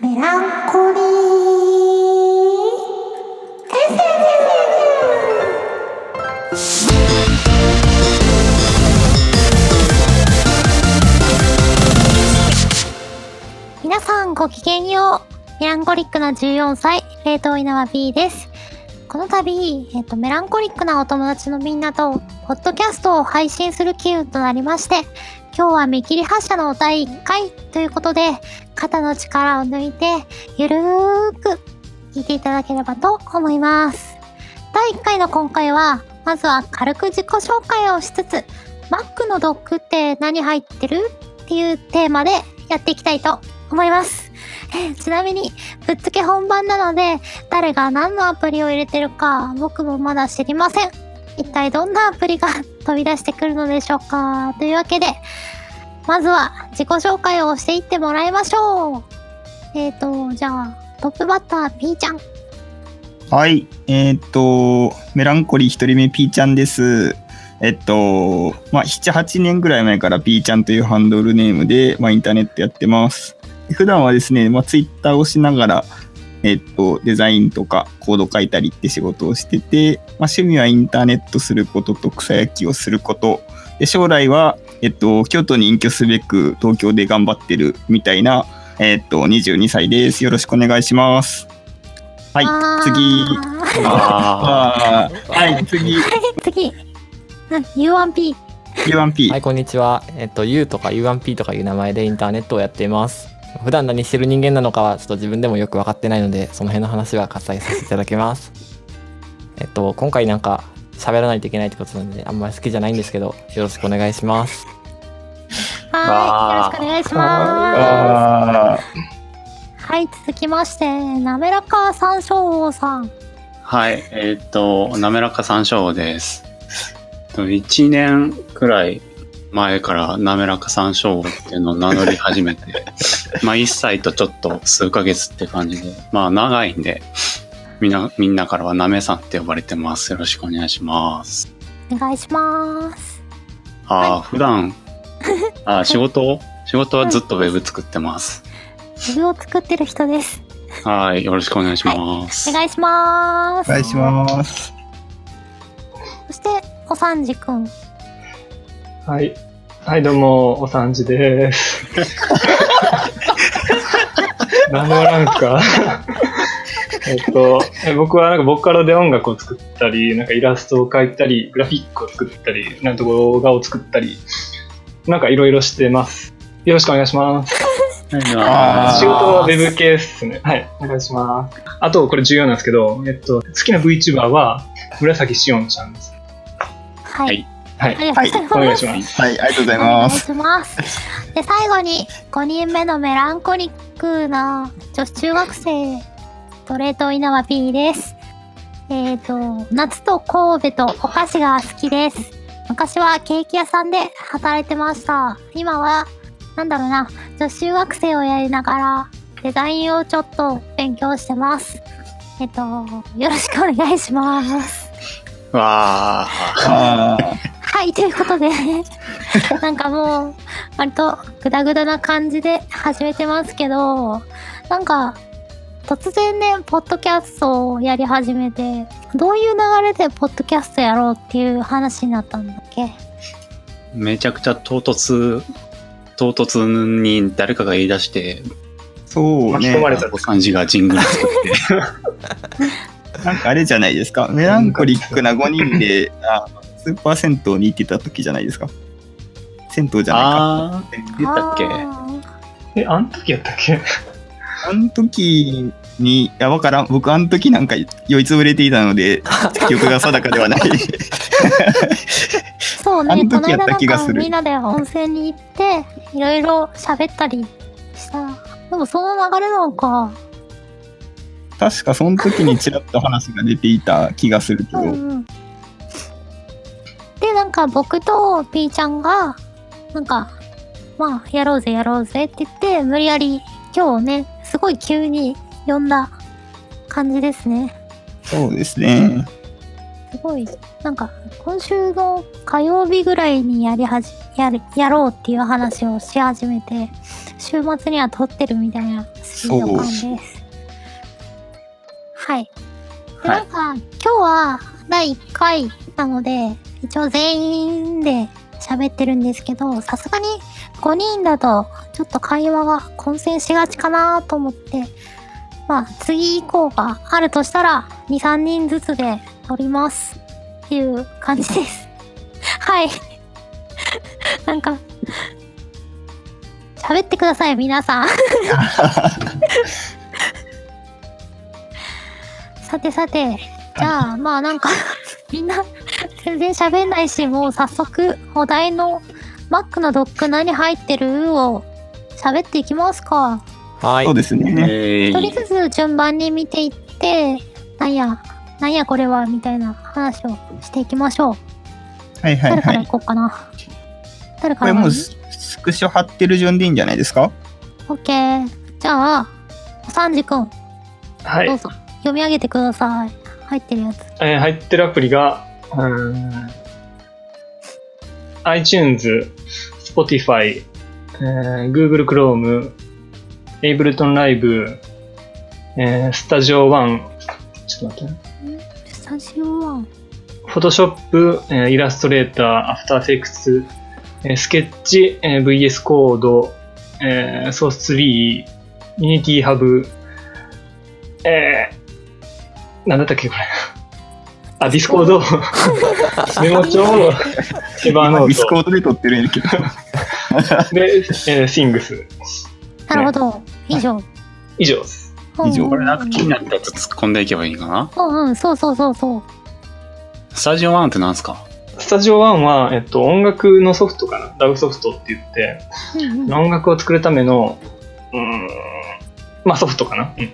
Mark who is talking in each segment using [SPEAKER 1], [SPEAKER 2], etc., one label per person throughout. [SPEAKER 1] メランコリー先生皆さんごきげんよう。メランコリックな14歳、冷凍稲葉 B です。この度、えっと、メランコリックなお友達のみんなと、ポッドキャストを配信する機運となりまして、今日は見切り発車の第1回ということで、肩の力を抜いて、ゆるーく聞いていただければと思います。第1回の今回は、まずは軽く自己紹介をしつつ、マックのドッグって何入ってるっていうテーマでやっていきたいと思います。ちなみに、ぶっつけ本番なので、誰が何のアプリを入れてるか、僕もまだ知りません。一体どんなアプリが飛び出してくるのでしょうかというわけで、まずは自己紹介をしていってもらいましょう。えっ、ー、と、じゃあ、トップバッター P ちゃん。
[SPEAKER 2] はい、えーっと、メランコリー一人目 P ちゃんです。えっと、まあ、7、8年ぐらい前から P ちゃんというハンドルネームで、まあ、インターネットやってます。で普段はですね、まあ、ツイッターをしながら、えっと、デザインとかコード書いたりって仕事をしてて、まあ、趣味はインターネットすることと草野球をすること。で、将来は、えっと、京都に隠居すべく東京で頑張ってるみたいな、えっと、22歳です。よろしくお願いします。はい、次。
[SPEAKER 1] 次。
[SPEAKER 2] あ
[SPEAKER 3] あ
[SPEAKER 2] ーはい、次、
[SPEAKER 1] 次。うん、U1P。
[SPEAKER 2] Q1P。
[SPEAKER 3] は、
[SPEAKER 2] はい
[SPEAKER 3] こんにちは。えっと、U とか U1P とかいう名前でインターネットをやっています。普段何してる人間なのかはちょっと自分でもよく分かってないので、その辺の話は割愛させていただきます。えっと、今回なんか喋らないといけないってことなんで、あんまり好きじゃないんですけど、よろしくお願いします。
[SPEAKER 1] はーい。よろしくお願いしま
[SPEAKER 2] あ
[SPEAKER 1] す。はい、続きまして、なめらか山椒王さん。
[SPEAKER 4] はい、えーっと、なめらか山椒です。と1年くらい前からなめらか山椒っていうのを名乗り始めて、まあ1歳とちょっと数ヶ月って感じで、まあ長いんで、みんな、みんなからはなめさんって呼ばれてます。よろしくお願いします。
[SPEAKER 1] お願いします。
[SPEAKER 4] ああ、普 段、あー仕事を仕事はずっとウェブ作ってます。
[SPEAKER 1] ウェブを作ってる人です。
[SPEAKER 4] はい、よろしくお願いします
[SPEAKER 1] お。願いしま
[SPEAKER 2] ーお
[SPEAKER 1] す。
[SPEAKER 2] 願いします。
[SPEAKER 1] そして、おさんじくん。
[SPEAKER 5] はい。はい、どうも、おさんじです。名乗らんかえっと、え僕はなんかボーカルで音楽を作ったり、なんかイラストを描いたり、グラフィックを作ったり、なんか動画を作ったり、なんかいろいろしてます。よろしくお願いします。
[SPEAKER 4] お願いし
[SPEAKER 2] あー
[SPEAKER 5] 仕事は Web 系っすね。はい、お願いします。あと、これ重要なんですけど、えっと、好きな VTuber は、紫しおんちゃんです。
[SPEAKER 1] はい。
[SPEAKER 4] はい
[SPEAKER 5] はい
[SPEAKER 1] ありがとうございま
[SPEAKER 5] お願い
[SPEAKER 1] す。
[SPEAKER 5] します。
[SPEAKER 2] はい、ありがとうござい
[SPEAKER 1] お願
[SPEAKER 2] ま
[SPEAKER 1] い
[SPEAKER 2] す。
[SPEAKER 1] します。で、最後に、5人目のメランコリックな女子中学生、トレート稲葉 P です。えっ、と、夏と神戸とお菓子が好きです。昔はケーキ屋さんで働いてました。今は、なんだろうな、女子中学生をやりながら、デザインをちょっと勉強してます。えっ、と、よろしくお願いします。
[SPEAKER 4] わあ、
[SPEAKER 2] あ
[SPEAKER 1] はい、ということ で、なんかもう、割とグダグダな感じで始めてますけど、なんか、突然ね、ポッドキャストをやり始めて、どういう流れでポッドキャストやろうっていう話になったんだっけ
[SPEAKER 4] めちゃくちゃ唐突、唐突に誰かが言い出して、
[SPEAKER 2] ーそう
[SPEAKER 5] 巻き
[SPEAKER 2] ね
[SPEAKER 5] 込。まれた
[SPEAKER 4] お三じがジングル作って。
[SPEAKER 2] なんかあれじゃないですか。メランコリックな5人で、あのスーパー銭湯に行ってた時じゃないですか。銭湯じゃな
[SPEAKER 4] ああ、言ったっけ
[SPEAKER 1] あ
[SPEAKER 5] え、あん時やったっけ
[SPEAKER 2] いか。あの時に、いや、わからん。僕、あの時なんか酔いつぶれていたの で、記憶が定かでは ない。
[SPEAKER 1] ーそう
[SPEAKER 2] あ
[SPEAKER 1] ね、
[SPEAKER 2] の
[SPEAKER 1] この
[SPEAKER 2] 時や
[SPEAKER 1] 間
[SPEAKER 2] った
[SPEAKER 1] なん
[SPEAKER 2] 気が
[SPEAKER 1] か
[SPEAKER 2] する
[SPEAKER 1] みんなで温泉に行って、いろいろ喋ったりした。でもその流れなのか。
[SPEAKER 2] 確か、その時にちらっと話が出ていた気がする
[SPEAKER 1] う
[SPEAKER 2] けど。
[SPEAKER 1] んうんでなんか僕と P ちゃんがなんかまあやろうぜやろうぜって言って無理やり今日ねすごい急に呼んだ感じですね
[SPEAKER 2] そうですね。
[SPEAKER 1] すごいなんか今週の火曜日ぐらいにやりはじやるやろうっていう話をし始めて週末には撮ってるみたいなスピード感です。はい。で、
[SPEAKER 4] は
[SPEAKER 1] なんか、今日は第1回なので、一応全員で喋ってるんですけど、さすがに5人だと、ちょっと会話が混戦しがちかなと思って、まあ、次以降があるとしたら、2、3人ずつで撮ります。っていう感じです。 はい。 なんか、喋ってください、皆さん。さてさて、じゃあ、まあなんか、 みんな、全然喋んないし、もう早速、お題の、マックのドック何入ってるを、喋っていきますか。
[SPEAKER 3] はい
[SPEAKER 2] そう。ですね。
[SPEAKER 4] え
[SPEAKER 1] 一人
[SPEAKER 4] ー、
[SPEAKER 1] ずつ順番に見ていって、なんや、なんやこれは、みたいな話をしていきましょう。
[SPEAKER 2] はいはい
[SPEAKER 1] 誰か
[SPEAKER 2] は
[SPEAKER 1] ら
[SPEAKER 2] い。
[SPEAKER 1] 行こうかな。誰
[SPEAKER 2] こ
[SPEAKER 1] か
[SPEAKER 2] れ
[SPEAKER 1] ら
[SPEAKER 2] もうススクショ貼ってる順でいいんじゃないですか
[SPEAKER 1] オッケー。じゃあ、サンジ君、
[SPEAKER 5] はい
[SPEAKER 1] どう。ぞ、読み上げてください。入ってるやつ。
[SPEAKER 5] えー入ってるアプリが、うーん iTunes、Spotify、えー Google Chrome、Ableton Live、えー Studio One、ちょっと待ってね、
[SPEAKER 1] スタジオワン。
[SPEAKER 5] Photoshop、えー Illustrator、After Effects、えー Sketch、えー VS Code、えー Source 3、Unity Hub、えー、なんだったっけこれ。あ、Discord。メモ帳、エヴァ
[SPEAKER 2] 今
[SPEAKER 5] ノ
[SPEAKER 2] ディスコ
[SPEAKER 5] ー
[SPEAKER 2] ードで撮ってるんやけど。
[SPEAKER 5] ト、で、えー Things。
[SPEAKER 1] なるほど。以上。
[SPEAKER 5] 以上です。
[SPEAKER 2] 以上
[SPEAKER 1] うん
[SPEAKER 4] これなんか気になったやつ突っ込んでいけばいいかな
[SPEAKER 1] うんうん、そうそうそうそう。
[SPEAKER 4] スタジオワンってなんすか
[SPEAKER 5] スタジオワンは、えっと、音楽のソフトかな。ダウソフトって言って、
[SPEAKER 1] うんうん、
[SPEAKER 5] 音楽を作るための、うーん、まあソフトかな。うん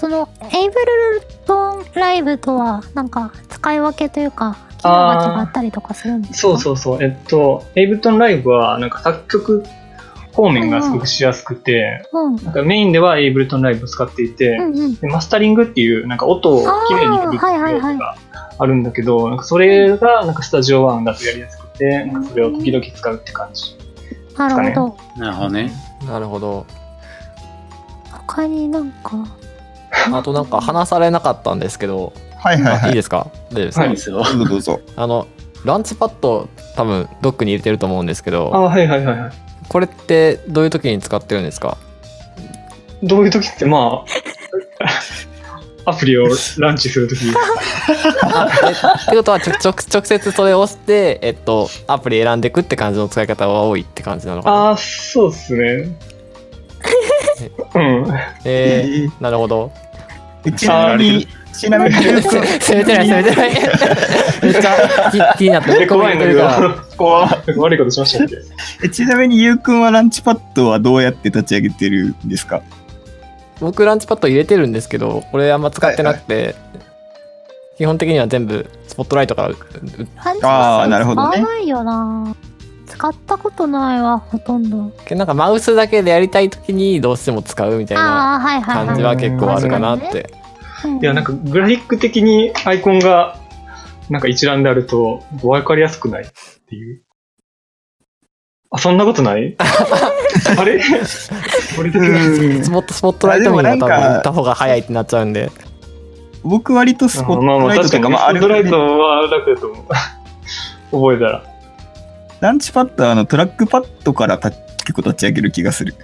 [SPEAKER 1] その、エイブルトンライブとは、なんか、使い分けというか、機能が違ったりとかするんですか
[SPEAKER 5] そうそうそう。えっと、エイブルトンライブは、なんか作曲方面がすごくしやすくて、
[SPEAKER 1] う。うん。うん
[SPEAKER 5] なんかメインではエイブルトンライブを使っていて、
[SPEAKER 1] うん。
[SPEAKER 5] でマスタリングっていう、なんか音をきれいに振るっていうやつがあるんだけど、なんかそれが、なんかスタジオワンだとやりやすくて、なんかそれを時々使うって感じ。
[SPEAKER 1] なるほど。
[SPEAKER 4] なるほどね。
[SPEAKER 3] なるほど。
[SPEAKER 1] 他になんか、
[SPEAKER 3] あとなんか話されなかったんですけど、
[SPEAKER 2] はいはい
[SPEAKER 3] いい
[SPEAKER 2] はい。
[SPEAKER 3] ですか大丈夫ですか、
[SPEAKER 5] はい
[SPEAKER 4] ですよ。
[SPEAKER 2] どうぞどうぞ。
[SPEAKER 3] あの、ランチパッド多分ドックに入れてると思うんですけ
[SPEAKER 5] あ、
[SPEAKER 3] ど、
[SPEAKER 5] はいはいはいはい。
[SPEAKER 3] これってどういう時に使ってるんですか
[SPEAKER 5] どういう時って、まあ、アプリをランチするとき。
[SPEAKER 3] あえってことはちょ 直直接それを押して、えっと、アプリ選んでいくって感じの使い方が多いって感じなのかな
[SPEAKER 5] ああ、そうっすね。うん。
[SPEAKER 3] えー
[SPEAKER 2] え
[SPEAKER 3] なるほ ど。
[SPEAKER 2] ーちなみに、ちなみに、
[SPEAKER 3] 攻めてない、攻めてない。めっちゃ気気になって
[SPEAKER 5] え怖いんだけど。
[SPEAKER 2] 怖い
[SPEAKER 5] 悪いことしましたっけ
[SPEAKER 2] えちなみにゆうくんはランチパッドはどうやって立ち上げてるんですか
[SPEAKER 3] 僕ランチパッド入れてるんですけどこれあんま使ってなくて、基本的には全部スポットライトからうう
[SPEAKER 1] パンチ
[SPEAKER 2] ああなるほ
[SPEAKER 1] 使
[SPEAKER 2] ど
[SPEAKER 1] わ
[SPEAKER 2] ね
[SPEAKER 1] ないよな。使ったことないわ、ほとんど。
[SPEAKER 3] けなんかマウスだけでやりたい時にどうしても使うみたいな
[SPEAKER 1] ああ、はいはい
[SPEAKER 3] 感
[SPEAKER 1] はい
[SPEAKER 3] じ。は結構あるかなって
[SPEAKER 1] うん
[SPEAKER 5] いや、なんかグラフィック的にアイコンがなんか一覧であると分かりやすくないっていう。あ、そんなことな いあれ俺的な。
[SPEAKER 3] スポットスポットライトには多分行った方が早いってなっちゃうんで
[SPEAKER 2] 僕割とス
[SPEAKER 5] あ
[SPEAKER 2] ポ
[SPEAKER 5] まあ
[SPEAKER 2] ット
[SPEAKER 5] ま
[SPEAKER 2] ラ
[SPEAKER 5] あ
[SPEAKER 2] イト
[SPEAKER 5] 確
[SPEAKER 2] と
[SPEAKER 5] か
[SPEAKER 2] いう
[SPEAKER 5] に
[SPEAKER 2] か、まあ、あ
[SPEAKER 5] スポッ
[SPEAKER 2] れ
[SPEAKER 5] トライトは楽だと思う。覚えたら。
[SPEAKER 2] ランチパッドはあのトラックパッドからた結構立ち上げる気がする。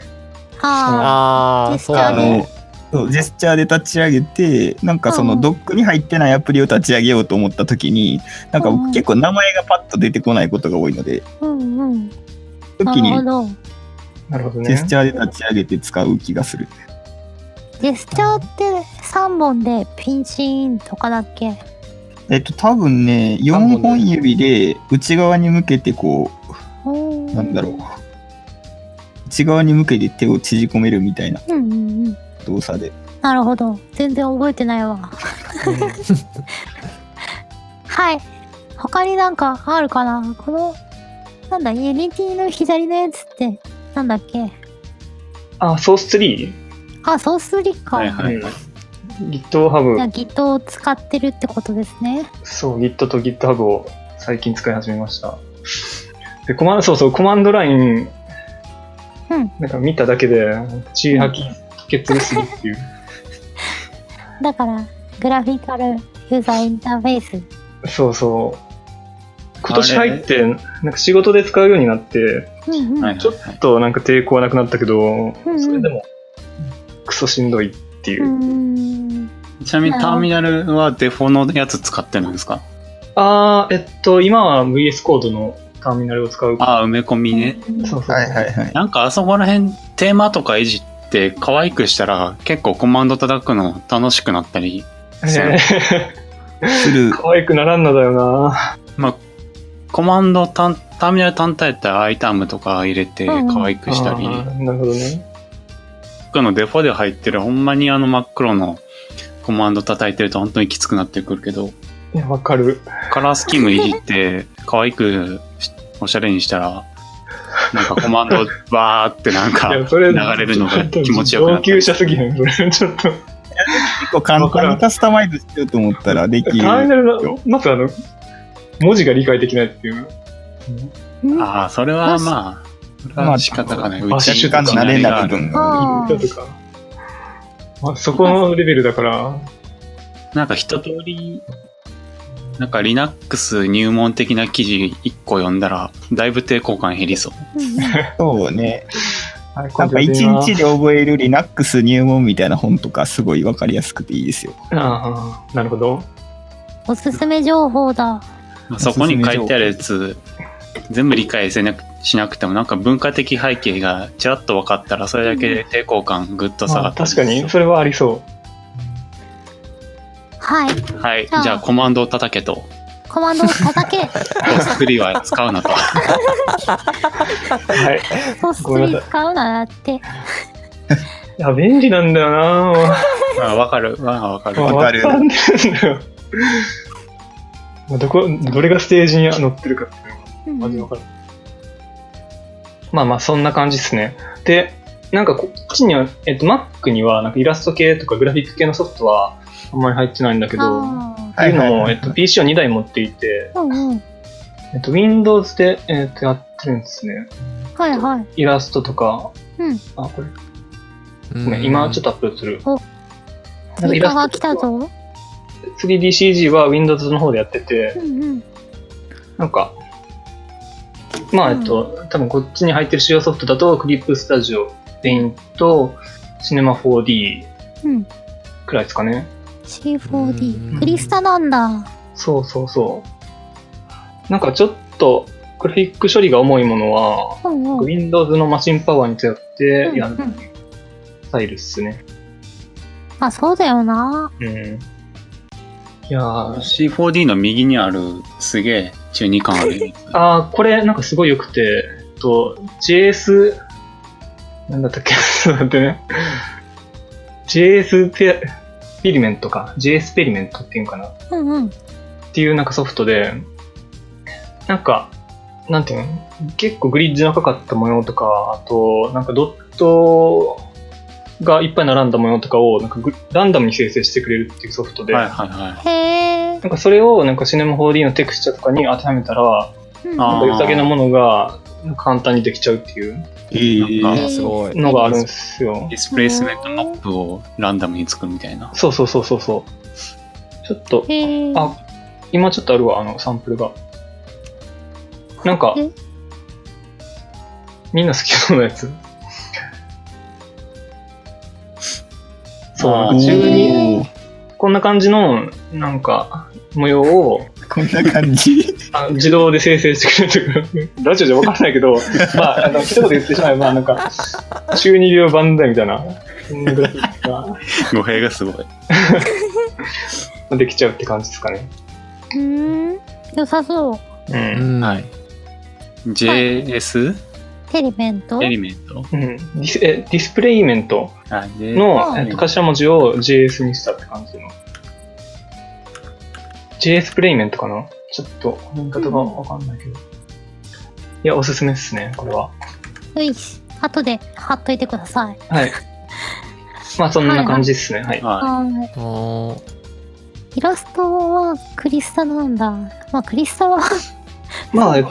[SPEAKER 1] あ
[SPEAKER 3] ああ
[SPEAKER 1] ジェスチ
[SPEAKER 3] そう
[SPEAKER 1] ャ
[SPEAKER 2] あ
[SPEAKER 1] ーで
[SPEAKER 3] ね
[SPEAKER 2] のそうジェスチャーで立ち上げてなんかそ
[SPEAKER 1] うんう
[SPEAKER 2] の
[SPEAKER 1] ん
[SPEAKER 2] ドックに入ってないアプリを立ち上げようと思った時になんか
[SPEAKER 1] うんう
[SPEAKER 2] 僕
[SPEAKER 1] ん
[SPEAKER 2] 結構名前がパッと出てこないことが多いので
[SPEAKER 1] あ、うんうん。な
[SPEAKER 2] 時
[SPEAKER 1] る
[SPEAKER 2] に
[SPEAKER 1] ほど。
[SPEAKER 5] なるほど
[SPEAKER 2] ジェス
[SPEAKER 5] ね。
[SPEAKER 2] チャーで立ち上げて使う気がする。
[SPEAKER 1] ジェスチャーって3本でピンチーンとかだっけ
[SPEAKER 2] えっと多分ね4本指で内側に向けてこう
[SPEAKER 1] な
[SPEAKER 2] なんだろう内側に向けて手を縮こめるみたいな
[SPEAKER 1] う。うんうんうん。
[SPEAKER 2] 動作で
[SPEAKER 1] なるほど。全然覚えてないわ。はい。他になんかあるかなこの、なんだ、ユニティの左のやつって、なんだっけ
[SPEAKER 5] あ、ソース 3?
[SPEAKER 1] あ、ソースリッカー。
[SPEAKER 4] はいはいはい。
[SPEAKER 5] うん GitHub
[SPEAKER 1] じゃあ、Git を使ってるってことですね。
[SPEAKER 5] そう、Git と GitHub を最近使い始めました。で、コマンド、そうそう、コマンドライン
[SPEAKER 1] うんうん
[SPEAKER 5] なんか見ただけで、血吐き吐血するっ ていう。
[SPEAKER 1] だから、グラフィカルユーザーインターフェース。
[SPEAKER 5] そうそう。今年入って、なんか仕事で使うようになって、
[SPEAKER 1] うんうん。
[SPEAKER 4] はい
[SPEAKER 5] ちょっとなんか抵抗はなくなったけど、
[SPEAKER 1] うんうん
[SPEAKER 5] それでも、クソしんどいっていうう。
[SPEAKER 1] ん。
[SPEAKER 4] ちなみにターミナルはデフォのやつ使ってるんですか
[SPEAKER 5] あー、えっと、今は VS コードのターミナルを使う。
[SPEAKER 4] ああ、埋め込みね。
[SPEAKER 5] そうそう。
[SPEAKER 2] はいはいはい。
[SPEAKER 4] なんかあそこら辺テーマとかいじって可愛くしたら結構コマンド叩くの楽しくなったり、
[SPEAKER 5] ね
[SPEAKER 2] する。
[SPEAKER 5] 可愛くならんのだよな。
[SPEAKER 4] まあ、コマンド単ターミナル単体やったら iTerm とか入れて
[SPEAKER 1] うん
[SPEAKER 4] 可愛くしたり、
[SPEAKER 5] あーなるほどね。
[SPEAKER 4] 僕のデフォで入ってるほんまにあの真っ黒のコマンド叩いてると本当にきつくなってくるけど、
[SPEAKER 5] いや、わかる。
[SPEAKER 4] カラースキームいじって可愛くしおしゃれにしたら、なんかコマンドバーってなんか
[SPEAKER 5] いや、
[SPEAKER 4] 流れるのが気持ちよくな
[SPEAKER 5] 上
[SPEAKER 4] ったり
[SPEAKER 5] 級者すぎへん、それ。ちょっと。
[SPEAKER 2] 結構簡単にカスタマイズしようと思ったらで
[SPEAKER 5] タ
[SPEAKER 2] きる。
[SPEAKER 5] ーミナルの、まずあの、文字が理解できないっていう。
[SPEAKER 1] うん
[SPEAKER 4] ああ、それはまあ、それは仕方がない。
[SPEAKER 5] まあ
[SPEAKER 4] うち
[SPEAKER 5] 場所
[SPEAKER 2] 瞬間
[SPEAKER 5] の
[SPEAKER 2] の
[SPEAKER 4] うち
[SPEAKER 2] 慣
[SPEAKER 4] 慣
[SPEAKER 2] れ
[SPEAKER 4] れが
[SPEAKER 2] な
[SPEAKER 4] あ
[SPEAKER 2] 部
[SPEAKER 4] る
[SPEAKER 2] 分が。
[SPEAKER 1] あ
[SPEAKER 5] とか。まあ、そこのレベルだから、
[SPEAKER 4] なんか一通り、なんか Linux 入門的な記事1個読んだら、だいぶ抵抗感減りそう。
[SPEAKER 1] ー
[SPEAKER 2] そうね。
[SPEAKER 5] はい
[SPEAKER 2] なんか
[SPEAKER 5] 今
[SPEAKER 2] 一
[SPEAKER 5] 度やってみ
[SPEAKER 2] 日で覚える Linux 入門みたいな本とかすごいわかりやすくていいですよ。
[SPEAKER 5] ますああ、なるほど。
[SPEAKER 1] おすすめ情報だ。
[SPEAKER 4] まあそこに書いてあるやつ、全部理解せなくしなくても、なんか文化的背景がちらっと分かったら、それだけで抵抗感ぐっと下
[SPEAKER 5] ま
[SPEAKER 4] が
[SPEAKER 5] あ、
[SPEAKER 4] ったりす
[SPEAKER 5] 確
[SPEAKER 4] る、
[SPEAKER 5] かに、それはありそ
[SPEAKER 1] はい。
[SPEAKER 4] はい。
[SPEAKER 1] じゃあ
[SPEAKER 4] じゃあコマンドを叩けと。
[SPEAKER 1] コマンドを叩け。
[SPEAKER 4] 3は使うなと。
[SPEAKER 5] う。はい。い
[SPEAKER 1] ソース
[SPEAKER 5] ごめんな
[SPEAKER 1] 3使うならって。
[SPEAKER 5] や、便利なんだよな。
[SPEAKER 4] あ分かる。まあ分かる。
[SPEAKER 2] わかる
[SPEAKER 5] わんないんだよ。まあどこ、どれがステージに乗ってるかっていう
[SPEAKER 1] うん
[SPEAKER 5] のがマジわかる。まあまあ、そんな感じですね。で、なんかこっちには、えっと、Mac には、なんかイラスト系とかグラフィック系のソフトはあんまり入ってないんだけど、っ
[SPEAKER 1] あ
[SPEAKER 5] ていうのも、えっと、
[SPEAKER 2] い。
[SPEAKER 5] PC を2台持っていて、
[SPEAKER 1] ーうんうん。
[SPEAKER 5] えっと、Windows で、えっと、やってるんですね。
[SPEAKER 1] はいはい。
[SPEAKER 5] イラストとか、
[SPEAKER 1] うん
[SPEAKER 5] あ、これ、
[SPEAKER 3] うん
[SPEAKER 5] ね、今ちょっとアップロードする。
[SPEAKER 1] お
[SPEAKER 5] なんか
[SPEAKER 1] 追
[SPEAKER 5] イ
[SPEAKER 1] 加
[SPEAKER 5] ラ
[SPEAKER 1] が
[SPEAKER 5] ス
[SPEAKER 1] 来
[SPEAKER 5] ト
[SPEAKER 1] た
[SPEAKER 5] とか
[SPEAKER 1] ぞ。
[SPEAKER 5] 3DCG は Windows の方でやって
[SPEAKER 1] う
[SPEAKER 5] て、
[SPEAKER 1] んうん。
[SPEAKER 5] なんか、まあ、えっと、多分こっちに入ってる主要ソフトだと、クリップスタジオ、ペイント、シネマ 4D
[SPEAKER 1] うん。
[SPEAKER 5] くらいですかね。
[SPEAKER 3] う
[SPEAKER 1] C4D。
[SPEAKER 3] ん
[SPEAKER 1] クリスタなんだ。
[SPEAKER 5] そうそうそう。なんかちょっと、グラフィック処理が重いものは、
[SPEAKER 1] うんうん。
[SPEAKER 5] Windows のマシンパワーに頼ってやる
[SPEAKER 1] うんうん
[SPEAKER 5] スタイルっすね。
[SPEAKER 1] まあそうだよな。
[SPEAKER 5] うん。いやー、
[SPEAKER 4] C4D の右にある、すげえ中二感あるや つ。
[SPEAKER 5] あー、これなんかすごい良くて、えっと、JS、なんだったっけ ちょっと待ってね。JS ペペリメントか。JS ペリメントっていうんかな。
[SPEAKER 1] うんうん。
[SPEAKER 5] っていうなんかソフトで、なんか、なんていうの結構グリッジのかかった模様とか、あと、なんかドットがいっぱい並んだ模様とかを、なんかグランダムに生成してくれるっていうソフトで、
[SPEAKER 4] はいはいはい。
[SPEAKER 1] へえ。
[SPEAKER 5] なんかそれをなんかシネマ 4D のテクスチャーとかに当てはめたら、
[SPEAKER 1] うん
[SPEAKER 4] あ
[SPEAKER 5] なん
[SPEAKER 4] ー
[SPEAKER 5] か宴のものが簡単にできちゃうっていう
[SPEAKER 2] えー
[SPEAKER 4] なん
[SPEAKER 3] あすごい。
[SPEAKER 5] のがあるんですよ
[SPEAKER 4] デ。ィスプレイスメントマップをランダムに作るみたいな。
[SPEAKER 5] そうそうそうそうそう。ちょっと、
[SPEAKER 1] へえ。
[SPEAKER 5] あ、今ちょっとあるわ、あのサンプルが。なんか、
[SPEAKER 1] え
[SPEAKER 5] みんな好きそうなやつ。そう、
[SPEAKER 4] あー
[SPEAKER 5] なんか中
[SPEAKER 1] へー
[SPEAKER 5] に、
[SPEAKER 2] おー
[SPEAKER 5] こんな感じの、なんか、模様を
[SPEAKER 2] こんな感じ。
[SPEAKER 5] あ自動で生成してくれるというか、ラジオじゃ分からないけ ど、まあ、あの、一言言ってしまえば、なんか、中二病万歳みたいな、そんなグラフィックが
[SPEAKER 4] 語弊がすごい。
[SPEAKER 5] できちゃうって感じですかね。
[SPEAKER 1] うーん。良さそう。
[SPEAKER 5] う。
[SPEAKER 3] うんん
[SPEAKER 4] はい。JS?
[SPEAKER 1] テリメント
[SPEAKER 4] エリメント
[SPEAKER 5] うん、ディスえディスプレイメント
[SPEAKER 4] あ、J-
[SPEAKER 5] の、
[SPEAKER 1] うん
[SPEAKER 5] えっと、頭文字を JS にしたって感じの。JS プレイメントかなちょっと、言い方がわかんないけど。いや、おすすめですね、これは。
[SPEAKER 1] ういし。後で貼っといてください。
[SPEAKER 5] はい。まあ、そんな感じですね。はい。
[SPEAKER 4] は
[SPEAKER 1] はい。
[SPEAKER 3] おー
[SPEAKER 1] イラストはクリスタなんだ。まあクリスタは
[SPEAKER 5] まあ、えっ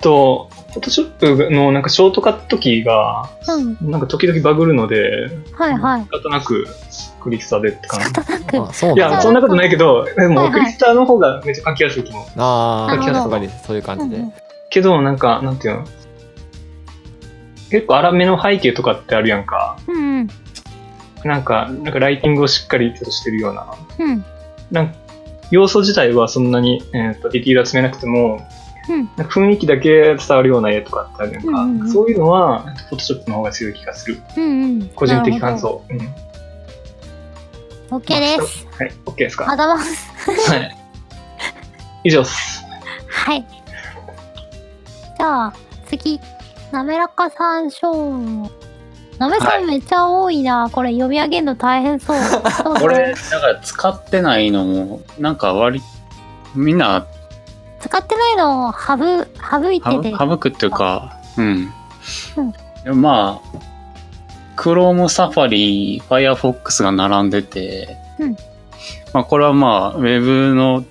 [SPEAKER 5] と、フォトショップのなんかショートカットキーが、
[SPEAKER 1] うん。
[SPEAKER 5] なんか時々バグるので、
[SPEAKER 1] はいはい
[SPEAKER 5] 仕。方なくクリスタでって
[SPEAKER 1] 仕
[SPEAKER 5] 感じ。
[SPEAKER 1] 方なく。
[SPEAKER 3] あそう
[SPEAKER 5] い
[SPEAKER 3] なん
[SPEAKER 5] や、
[SPEAKER 3] だ
[SPEAKER 5] そんなことないけど、で
[SPEAKER 1] はい
[SPEAKER 5] も
[SPEAKER 1] はい
[SPEAKER 5] クリスタの方がめっちゃ書きやすいと思う。
[SPEAKER 3] あ
[SPEAKER 1] なるほ
[SPEAKER 3] あ
[SPEAKER 1] ど
[SPEAKER 3] やっぱりそういう感じで、
[SPEAKER 1] うんうん
[SPEAKER 5] けど、なんか、なんていうの結構荒めの背景とかってあるやんか。
[SPEAKER 1] うんうん。
[SPEAKER 5] なんか、なんかライティングをしっかりとしてるような。
[SPEAKER 1] うん。
[SPEAKER 5] なんか、要素自体はそんなに、えーとディティール集めなくても、
[SPEAKER 1] うん
[SPEAKER 5] なんか雰囲気だけ伝わるような絵とかってあるやんか。
[SPEAKER 1] うんうんうん
[SPEAKER 5] そういうのは、フォトショップの方が強い気がする。
[SPEAKER 1] うんうん。
[SPEAKER 5] 個人的感想。うん。はい、
[SPEAKER 1] なるほど。OK です。
[SPEAKER 5] OK ですか
[SPEAKER 1] まだます。
[SPEAKER 5] はい。以上っす。
[SPEAKER 1] はい。じゃあ、次。なめらかさん、ショーン。なめさんめっちゃ多いな。これ読み上げるの大変そう。どうぞ
[SPEAKER 4] これ、だから使ってないのも、なんか割り、みんな
[SPEAKER 1] 使ってないのを省、省いて
[SPEAKER 4] 省
[SPEAKER 1] て。
[SPEAKER 4] 省くっていうか、うん。
[SPEAKER 1] うん
[SPEAKER 4] でもまあ、Chrome、Safari、Firefox が並んでて、
[SPEAKER 1] うん
[SPEAKER 4] まあこれはまあ、ウェブの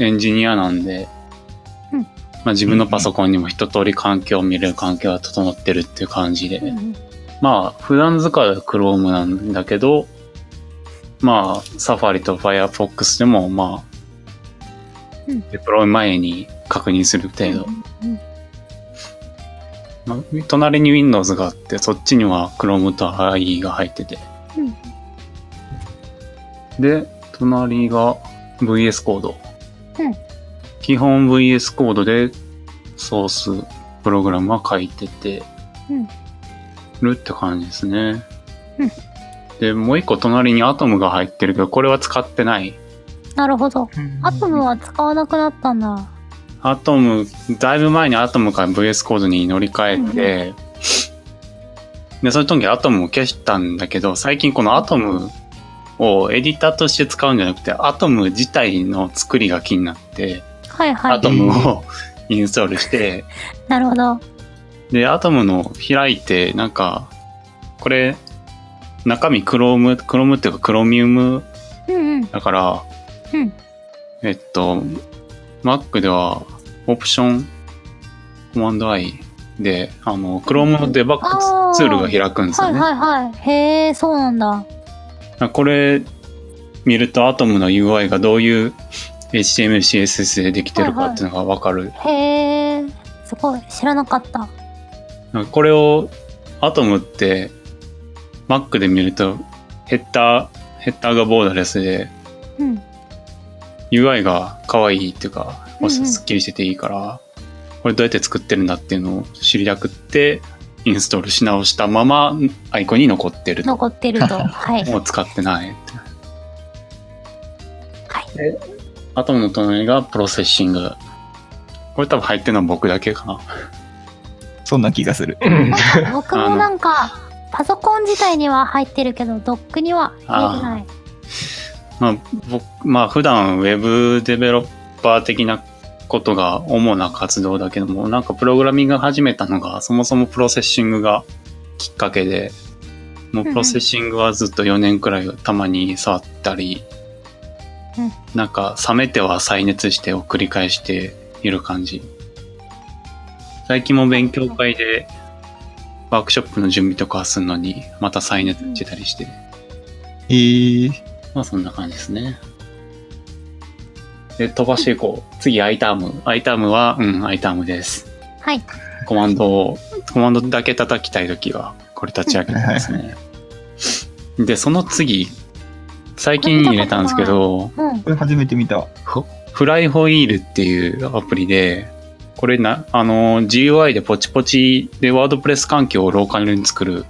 [SPEAKER 4] エンジニアなんで、
[SPEAKER 1] うん
[SPEAKER 4] まあ自分のパソコンにも一通り環境を見れる環境が整ってるっていう感じで、
[SPEAKER 1] うんうん
[SPEAKER 4] まあ、普段使いは Chrome なんだけど、まあ、Safari と Firefox でも、まあ、
[SPEAKER 1] うん
[SPEAKER 4] デプロイ前に確認する程度。
[SPEAKER 1] うん
[SPEAKER 4] まあ隣に Windows があって、そっちには Chrome と IE が入ってて。
[SPEAKER 1] うん
[SPEAKER 4] で、隣が VS コード。
[SPEAKER 1] うん
[SPEAKER 4] 基本 VS コードでソースプログラムは書いてて、
[SPEAKER 1] うん
[SPEAKER 4] るって感じですね。
[SPEAKER 1] うん
[SPEAKER 4] で、もう一個隣に Atom が入ってるけど、これは使ってない。
[SPEAKER 1] なるほど。アトムは使わなくなったんだ。
[SPEAKER 4] アトム、だいぶ前にアトムから VS コードに乗り換えて、で、その時アトムを消したんだけど、最近このアトムをエディターとして使うんじゃなくて、アトム自体の作りが気になって、
[SPEAKER 1] はいは
[SPEAKER 4] ア
[SPEAKER 1] い。
[SPEAKER 4] トムをインストールして、
[SPEAKER 1] なるほど。
[SPEAKER 4] で、アトムの開いて、なんか、これ、中身クローム、クロームっていうかクロミウム
[SPEAKER 1] うんうん。
[SPEAKER 4] だから、
[SPEAKER 1] うん
[SPEAKER 4] えっと、Mac では、オプション、コマンド I で、あの、Chrome のデバッ
[SPEAKER 1] あー
[SPEAKER 4] グツールが開くんです
[SPEAKER 1] は
[SPEAKER 4] よ
[SPEAKER 1] い
[SPEAKER 4] ね。
[SPEAKER 1] はいはい。へえ、そうなんだ。
[SPEAKER 4] これ見ると Atom の UI がどういう HTML、CSS でできてるかっていうのがわかる。
[SPEAKER 1] へえ、すごい。知らなかった。
[SPEAKER 4] なんかこれを Atom って Mac で見るとヘッダー、ヘッダーがボーダーレスで
[SPEAKER 1] うん。
[SPEAKER 4] UI が可愛いっていうか、
[SPEAKER 1] うんうん
[SPEAKER 4] すっきりしてていいから、これどうやって作ってるんだっていうのを知りたくって、インストールし直したまま、アイコンに残ってる。も
[SPEAKER 1] 残ってる と。はい。
[SPEAKER 4] う使ってないって。
[SPEAKER 1] はい
[SPEAKER 4] で。アトムの隣がプロセッシング。これ多分入ってるのは僕だけかな。
[SPEAKER 2] そんな気がする。
[SPEAKER 5] うん
[SPEAKER 1] なんか僕もなんか、パソコン自体には入ってるけど、ドックには入れてない。
[SPEAKER 4] まあ、僕、まあ普段ウェブデベロッパー的なことが主な活動だけども、なんかプログラミング始めたのが、そもそもプロセッシングがきっかけで、もうプロセッシングはずっと4年くらいたまに触ったり、
[SPEAKER 1] うん
[SPEAKER 4] なんか冷めては再熱してを繰り返している感じ。最近も勉強会でワークショップの準備とかするのに、また再熱してたりして、
[SPEAKER 2] えー、
[SPEAKER 4] まあそんな感じですね。で、飛ばしていこう。次、アイターム。アイタームは、うん、アイタームです。
[SPEAKER 1] はい。
[SPEAKER 4] コマンドを、コマンドだけ叩きたいときは、これ立ち上げてますね。で、その次、最近入れたんですけど、
[SPEAKER 1] うん。
[SPEAKER 2] これ初めて見た。
[SPEAKER 4] フライホイールっていうアプリで、これな、あの、GUI でポチポチでワードプレス環境をローカルに作る。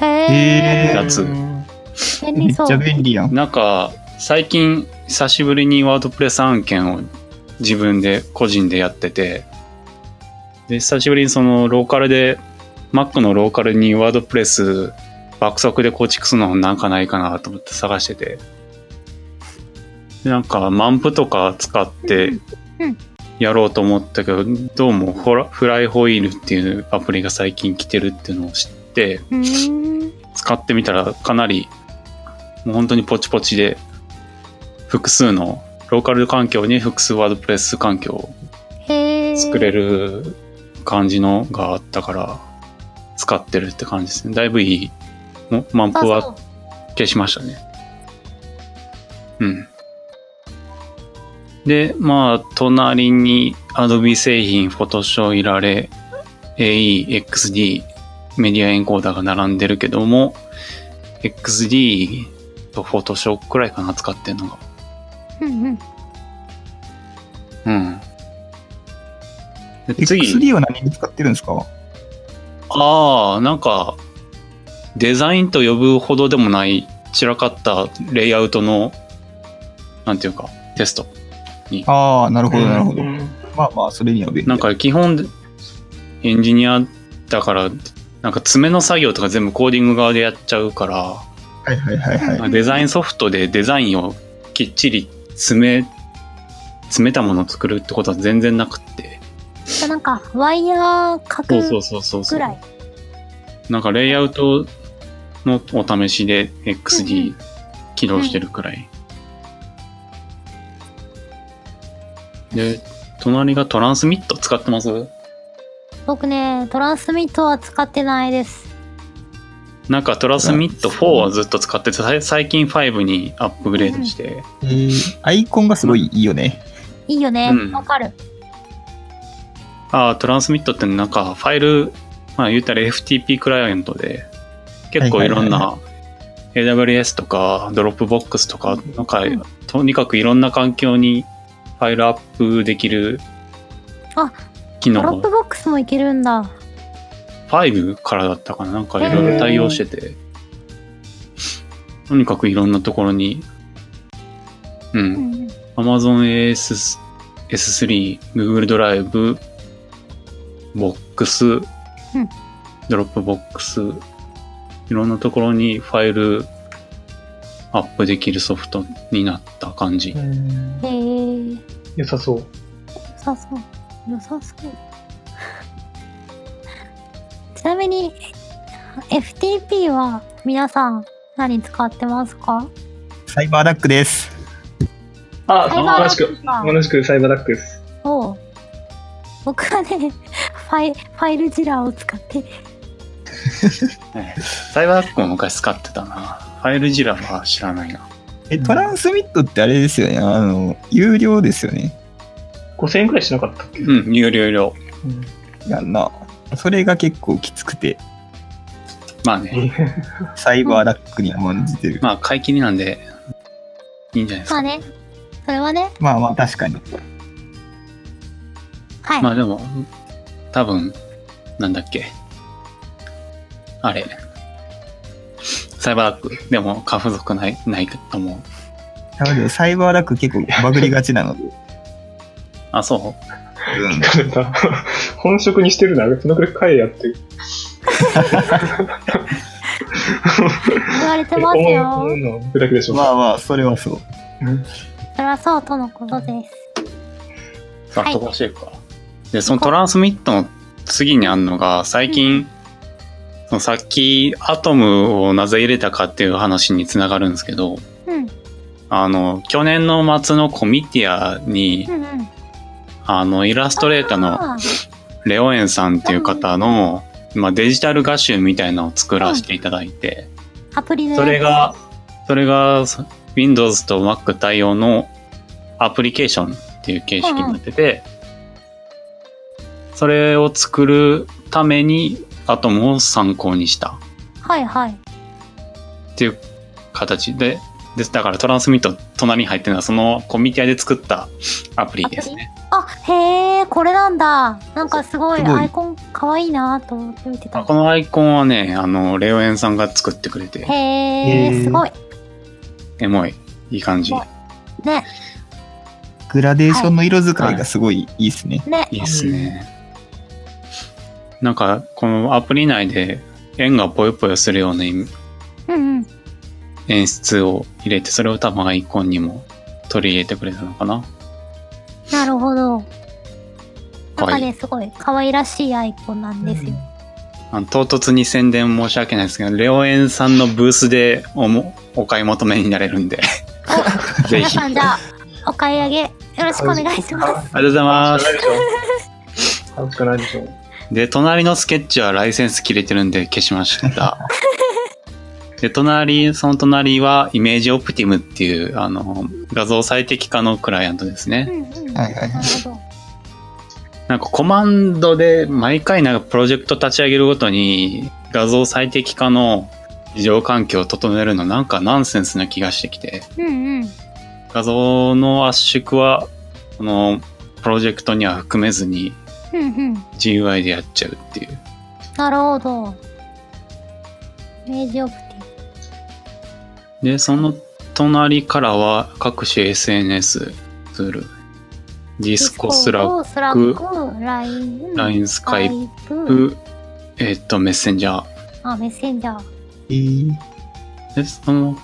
[SPEAKER 1] へえ、
[SPEAKER 4] やつ
[SPEAKER 1] 便
[SPEAKER 2] め
[SPEAKER 1] 利
[SPEAKER 2] っち
[SPEAKER 1] そう
[SPEAKER 2] ゃ。便利やん。
[SPEAKER 4] なんか、最近、久しぶりにワードプレス案件を自分で、個人でやってて、で、久しぶりにそのローカルで、Mac のローカルにワードプレス爆速で構築するのなんかないかなと思って探してて、でなんか、マンプとか使って
[SPEAKER 1] うんうん、
[SPEAKER 4] やろうと思ったけど、どうもホラフライホイールっていうアプリが最近来てるっていうのを知って、
[SPEAKER 1] うーん。
[SPEAKER 4] 使ってみたらかなりもう本当にポチポチで複数のローカル環境に複数ワードプレス環境を
[SPEAKER 1] へえ。
[SPEAKER 4] 作れる感じのがあったから、使ってるって感じですね。だいぶいい。も満
[SPEAKER 1] そう
[SPEAKER 4] 腹
[SPEAKER 1] そう
[SPEAKER 4] は消しましたね。うん。で、まあ、隣に Adobe 製品、Photoshop いられ、AE、XD、メディアエンコーダーが並んでるけども、XD と Photoshop くらいかな、使ってるのが。
[SPEAKER 1] うんうん
[SPEAKER 4] うん。で次。
[SPEAKER 2] X3 は何に使ってるんですか
[SPEAKER 4] ああ、なんか、デザインと呼ぶほどでもない散らかったレイアウトの、なんていうか、テスト。
[SPEAKER 2] ああ、なるほど、なるほど
[SPEAKER 5] う。ん
[SPEAKER 2] まあまあ、それには便利。
[SPEAKER 4] なん、か基本、エンジニアだから、なんか爪の作業とか全部コーディング側でやっちゃうから、
[SPEAKER 2] はいはいはいはい。
[SPEAKER 4] まあデザインソフトでデザインをきっちり詰め、詰めたものを作るってことは全然なくって。
[SPEAKER 1] じゃあなんかワイヤーかく
[SPEAKER 4] そうそうそうそうそ
[SPEAKER 1] ぐ
[SPEAKER 4] う。
[SPEAKER 1] らい
[SPEAKER 4] なんかレイアウトのお試し
[SPEAKER 1] う
[SPEAKER 4] で
[SPEAKER 1] んう
[SPEAKER 4] XD
[SPEAKER 1] ん
[SPEAKER 4] 起動してるくらい。で、隣がトランスミット使ってます
[SPEAKER 1] 僕ねトランスミットは使ってないです
[SPEAKER 4] なんかトランスミット4はずっと使ってて、さい最近5にアップグレードして、
[SPEAKER 2] えーアイコンがすごいいいよね。
[SPEAKER 1] いいよね
[SPEAKER 4] うん
[SPEAKER 1] わ、かる
[SPEAKER 4] ああ、トランスミットってなんかファイル、まあ言ったら FTP クライアントで、結構いろん
[SPEAKER 2] はい
[SPEAKER 4] な AWS とか Dropbox とか、なんかとにかくいろんな環境にファイルアップできる
[SPEAKER 1] あ
[SPEAKER 4] 機
[SPEAKER 1] ド
[SPEAKER 4] 能
[SPEAKER 1] ロップボックスもいけるんだ
[SPEAKER 4] 5からだったかななんかいろいろ対応してて、とにかくいろんなところに、う、
[SPEAKER 1] うんんうん
[SPEAKER 4] Amazon AS、S3、Google ドライブ、Box、ドロップボックス、いろんなところにファイルアップできるソフトになった感じ。
[SPEAKER 1] へえ
[SPEAKER 5] 良さそう。
[SPEAKER 1] 良さそう良 さそうちなみに FTP は皆さん何使ってますか
[SPEAKER 2] サイバーダックです。
[SPEAKER 5] あ、
[SPEAKER 1] サイバー
[SPEAKER 5] 同
[SPEAKER 1] ダ
[SPEAKER 5] じく、
[SPEAKER 1] ックか
[SPEAKER 5] 同じくサイバーダックです。
[SPEAKER 1] を僕はねファイファイルジラーを使って
[SPEAKER 4] サイバーダックも昔使ってたな。ファイルジラは知らないな。
[SPEAKER 2] え、トランスミットってあれですよね。あの、有料ですよね。
[SPEAKER 5] 5000円くらいしなかったっけ
[SPEAKER 4] うん、有料有料。
[SPEAKER 2] やんな。それが結構きつくて、
[SPEAKER 4] まあね。
[SPEAKER 2] サイバーダックに甘んじてる。
[SPEAKER 4] まあ、買い切りなんで、いいんじゃないです
[SPEAKER 1] ま
[SPEAKER 4] か。
[SPEAKER 1] あねそれはね
[SPEAKER 2] まあまあ、確かに。
[SPEAKER 1] はい、
[SPEAKER 4] まあでも、多分、なんだっけ。あれ。サイバーダック。でも、過付属ない、ないと思う。
[SPEAKER 2] なので、サイバーダック結構バグりがちなので。
[SPEAKER 4] あ、そ
[SPEAKER 2] うん。
[SPEAKER 5] なん か本職にしてるなら、そのくらい買えやって。
[SPEAKER 1] 言われてますよ
[SPEAKER 5] 思うの僕だけでしょ。
[SPEAKER 2] まあまあ、それはそう。
[SPEAKER 5] うん
[SPEAKER 1] それはそうとのことです
[SPEAKER 4] う。さ
[SPEAKER 1] は
[SPEAKER 4] あ、
[SPEAKER 1] い
[SPEAKER 4] 飛ばしてるか。で、そのトランスミットの次にあんのが、最近、そのさっき、アトムをなぜ入れたかっていう話につながるんですけど、
[SPEAKER 1] うん
[SPEAKER 4] あの、去年の末のコミティアに
[SPEAKER 1] う、んうん
[SPEAKER 4] あの、イラストレーターの
[SPEAKER 1] あ
[SPEAKER 4] レオエンさんっていう方の、まあ、デジタル画集みたいなのを作らせていただいて、
[SPEAKER 1] アプリで
[SPEAKER 4] それが、それがそ Windows と Mac 対応のアプリケーションっていう形式になってて、それを作るために Atom を参考にした
[SPEAKER 1] はいはい
[SPEAKER 4] っていう形で、でだからトランスミット隣に入ってるのはそのコミュニティアで作ったアプリですね。
[SPEAKER 1] あへえこれなんだなんかすごい
[SPEAKER 2] すごい
[SPEAKER 1] アイコンかわいいなと思って見てた
[SPEAKER 4] あこのアイコンはね、あの、レオエンさんが作ってくれて、
[SPEAKER 1] へえすごい
[SPEAKER 4] エモい、いい感じ。
[SPEAKER 1] ね
[SPEAKER 2] グラデーションの色使いがすごいいいですね。
[SPEAKER 1] ね
[SPEAKER 4] いいですね。なんか、このアプリ内で円がぽよぽよするような
[SPEAKER 1] うんうん
[SPEAKER 4] 演出を入れて、それを多分アイコンにも取り入れてくれたのかな。
[SPEAKER 1] なるほどなん
[SPEAKER 4] は
[SPEAKER 1] か
[SPEAKER 4] い
[SPEAKER 1] ねすごい可愛らしいアイコンなんですよ
[SPEAKER 4] あの唐突に宣伝申し訳ないですけど、レオエンさんのブースでおもお買い求めになれるんで、 ぜ
[SPEAKER 1] 皆
[SPEAKER 4] ひ。
[SPEAKER 1] さ
[SPEAKER 4] あり
[SPEAKER 1] んじゃあお買い上げよろしくお願いします
[SPEAKER 5] す。
[SPEAKER 4] がとうございま
[SPEAKER 5] 買うし
[SPEAKER 4] す。
[SPEAKER 5] かないでしょ。買うしかないでしょ。
[SPEAKER 4] で、隣のスケッチはライセンス切れてるんで消しま した。で、隣、その隣はイメージオプティムっていう、あの、画像最適化のクライアントですね。
[SPEAKER 1] うんうん。
[SPEAKER 2] はいはい
[SPEAKER 1] なるほど。
[SPEAKER 4] なんかコマンドで毎回なんかプロジェクト立ち上げるごとに画像最適化の異常環境を整えるのなんかナンセンスな気がしてきて、
[SPEAKER 1] うんうん。
[SPEAKER 4] 画像の圧縮は、このプロジェクトには含めずに
[SPEAKER 1] うんうん。
[SPEAKER 4] GUI でやっちゃうっていう。
[SPEAKER 1] なるほど。イメージオプテ
[SPEAKER 4] で、その隣からは各種 SNS ツール、ディ
[SPEAKER 1] ィ。
[SPEAKER 4] スコ、スラッ
[SPEAKER 1] ック、スラック、LINE、
[SPEAKER 4] プ、LINE、スカイ
[SPEAKER 1] Skype
[SPEAKER 4] プ、えっと、メッセンジャー。
[SPEAKER 1] あ、メッセンジャー。
[SPEAKER 2] えー
[SPEAKER 4] で、その、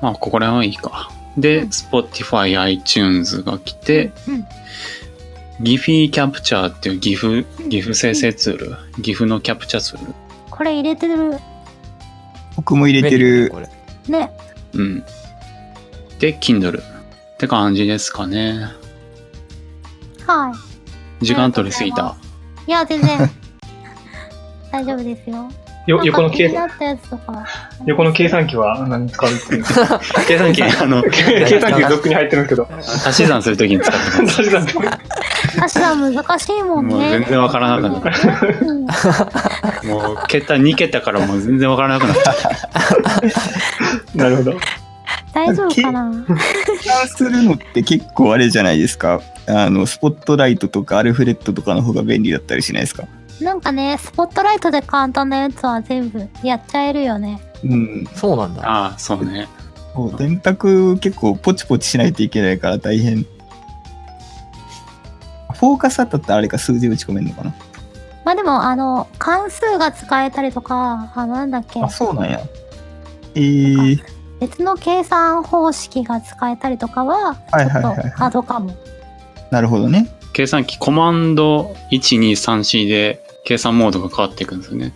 [SPEAKER 4] まあ、ここら辺はいいか。で、
[SPEAKER 1] うん
[SPEAKER 4] Spotify、iTunes が来て、
[SPEAKER 1] うんうん、
[SPEAKER 4] Giphy Capture っていう GIF、GIF 生成ツール、GIF のキャプチャツール。
[SPEAKER 1] これ入れてる
[SPEAKER 2] 僕も入れて
[SPEAKER 3] 便利だね
[SPEAKER 2] る
[SPEAKER 3] これ
[SPEAKER 1] ね。
[SPEAKER 4] うん。で、Kindle って感じですかね。
[SPEAKER 1] は
[SPEAKER 4] 時間取りすぎた。
[SPEAKER 1] い。いや、全然。 大丈夫ですよ。
[SPEAKER 5] よ横の
[SPEAKER 1] 計
[SPEAKER 5] 計
[SPEAKER 1] 算。ったやつとか。
[SPEAKER 5] 横の計算機は何使うんですか
[SPEAKER 4] 計算機、 あの、
[SPEAKER 5] 計算機がドックに入ってるん ですけど。
[SPEAKER 4] 足し算するときに使ってます。
[SPEAKER 5] 確かに
[SPEAKER 1] 足は難しいもんね。
[SPEAKER 4] もう全然わからなくな
[SPEAKER 1] った。うん
[SPEAKER 4] もう、桁、2桁からもう全然わからなくなった。
[SPEAKER 5] なるほど。
[SPEAKER 1] 大丈夫か な
[SPEAKER 2] 提案するのって結構あれじゃないですかあのスポットライトとかアルフレッドとかの方が便利だったりしないですか
[SPEAKER 1] なんかね、スポットライトで簡単なやつは全部やっちゃえるよね。
[SPEAKER 2] うん
[SPEAKER 3] そうなんだ
[SPEAKER 4] ああ、そうね。
[SPEAKER 2] こう電卓結構ポチポチしないといけないから大変フォーカスだったらあれか数字打ち込めるのかな
[SPEAKER 1] まあでも、あの、関数が使えたりとか、あ、なんだっけ、
[SPEAKER 2] あそうなんやえー、
[SPEAKER 1] 別の計算方式が使えたりとかは、
[SPEAKER 2] はい
[SPEAKER 1] ちょ
[SPEAKER 2] は
[SPEAKER 1] っ
[SPEAKER 2] いはい
[SPEAKER 1] とハードかも。
[SPEAKER 2] なるほどね
[SPEAKER 4] 計算機、コマンド 123C で計算モードが変わっていくんですよね。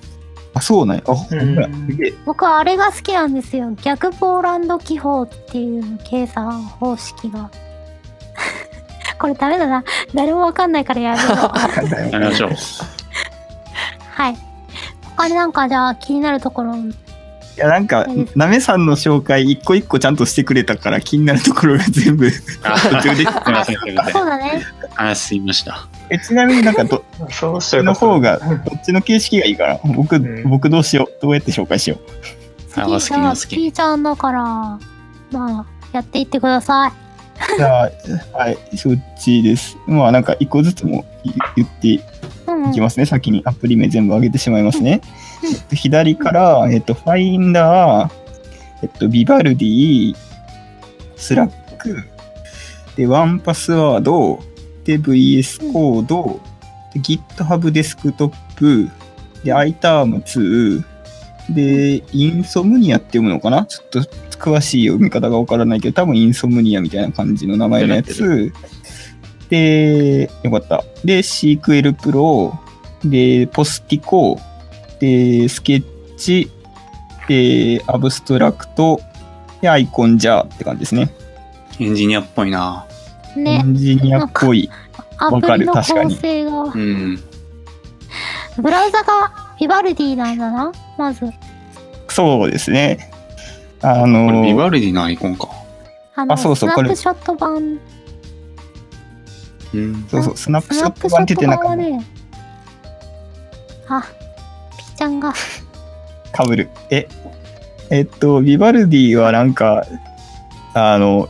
[SPEAKER 2] あそうなんやあほ
[SPEAKER 5] うん
[SPEAKER 2] んまやすげえ
[SPEAKER 1] 僕はあれが好きなんですよ。逆ポーランド記法っていう計算方式が。 これダメだな。誰もわかんないからやめよう。
[SPEAKER 4] やりましょう。
[SPEAKER 1] はい。他になんかじゃあ気になるところ。
[SPEAKER 2] いやなんかなめさんの紹介一個一個ちゃんとしてくれたから気になるところが全部
[SPEAKER 4] あ
[SPEAKER 2] 途中です
[SPEAKER 4] いません、すいませ。
[SPEAKER 1] そうんだね。
[SPEAKER 4] 話すぎました。
[SPEAKER 2] えちなみになんかどっ
[SPEAKER 5] そうし
[SPEAKER 2] ち
[SPEAKER 5] た
[SPEAKER 2] の
[SPEAKER 5] ら
[SPEAKER 2] 方がどっちの形式がいいかな僕、
[SPEAKER 5] ん
[SPEAKER 2] 僕どうしようどうやって紹介しよう
[SPEAKER 4] あ好きな好き
[SPEAKER 1] ピーちゃんだから、まあ、やっていってください。
[SPEAKER 2] じゃあ、はい、そっちです。まあ、なんか一個ずつもい言ってい
[SPEAKER 1] うん、うん。
[SPEAKER 2] きますね。先にアプリ名全部上げてしまいますね。えっと左から、えっと、ファインダー、えっと、ビバルディ、スラック、で、ワンパスワード、で、VS コード、で、GitHub デスクトップ、で、iTerm2、で、インソムニアって読むのかなちょっと詳しい読み方がわからないけど、多分インソムニアみたいな感じの名前のやつ。で、よかった。で、SQL Pro、で、ポスティコ、で、スケッチ、で、アブストラクト、で、アイコンジャーって感じですね。
[SPEAKER 4] エンジニアっぽいな。
[SPEAKER 2] エ
[SPEAKER 1] ね、
[SPEAKER 2] ンジニアっぽい。
[SPEAKER 1] ア
[SPEAKER 2] わ
[SPEAKER 1] プ
[SPEAKER 2] か
[SPEAKER 1] リ
[SPEAKER 2] る
[SPEAKER 1] の
[SPEAKER 2] 確か
[SPEAKER 1] 構
[SPEAKER 2] に
[SPEAKER 1] 成が
[SPEAKER 4] う。ん。
[SPEAKER 1] ブラウザがビバルディなんだな、まず。
[SPEAKER 2] そうですね。あ
[SPEAKER 4] これ、ビ
[SPEAKER 2] の、
[SPEAKER 4] バルディのアイコンか。
[SPEAKER 1] あの、
[SPEAKER 2] あそうそ
[SPEAKER 1] ス
[SPEAKER 2] う
[SPEAKER 1] ナ
[SPEAKER 2] こ
[SPEAKER 1] ッ
[SPEAKER 2] れ
[SPEAKER 1] プショット版。
[SPEAKER 4] うん。
[SPEAKER 2] そうそう、スナップ
[SPEAKER 1] ス
[SPEAKER 2] シ
[SPEAKER 1] ナッ
[SPEAKER 2] ョット
[SPEAKER 1] プショ
[SPEAKER 2] 版って
[SPEAKER 1] ット
[SPEAKER 2] 言ってなん
[SPEAKER 1] 版は
[SPEAKER 2] か
[SPEAKER 1] ね、あ、ピーちゃんが、
[SPEAKER 2] かぶる。え、えっと、ビバルディはなんか、あの、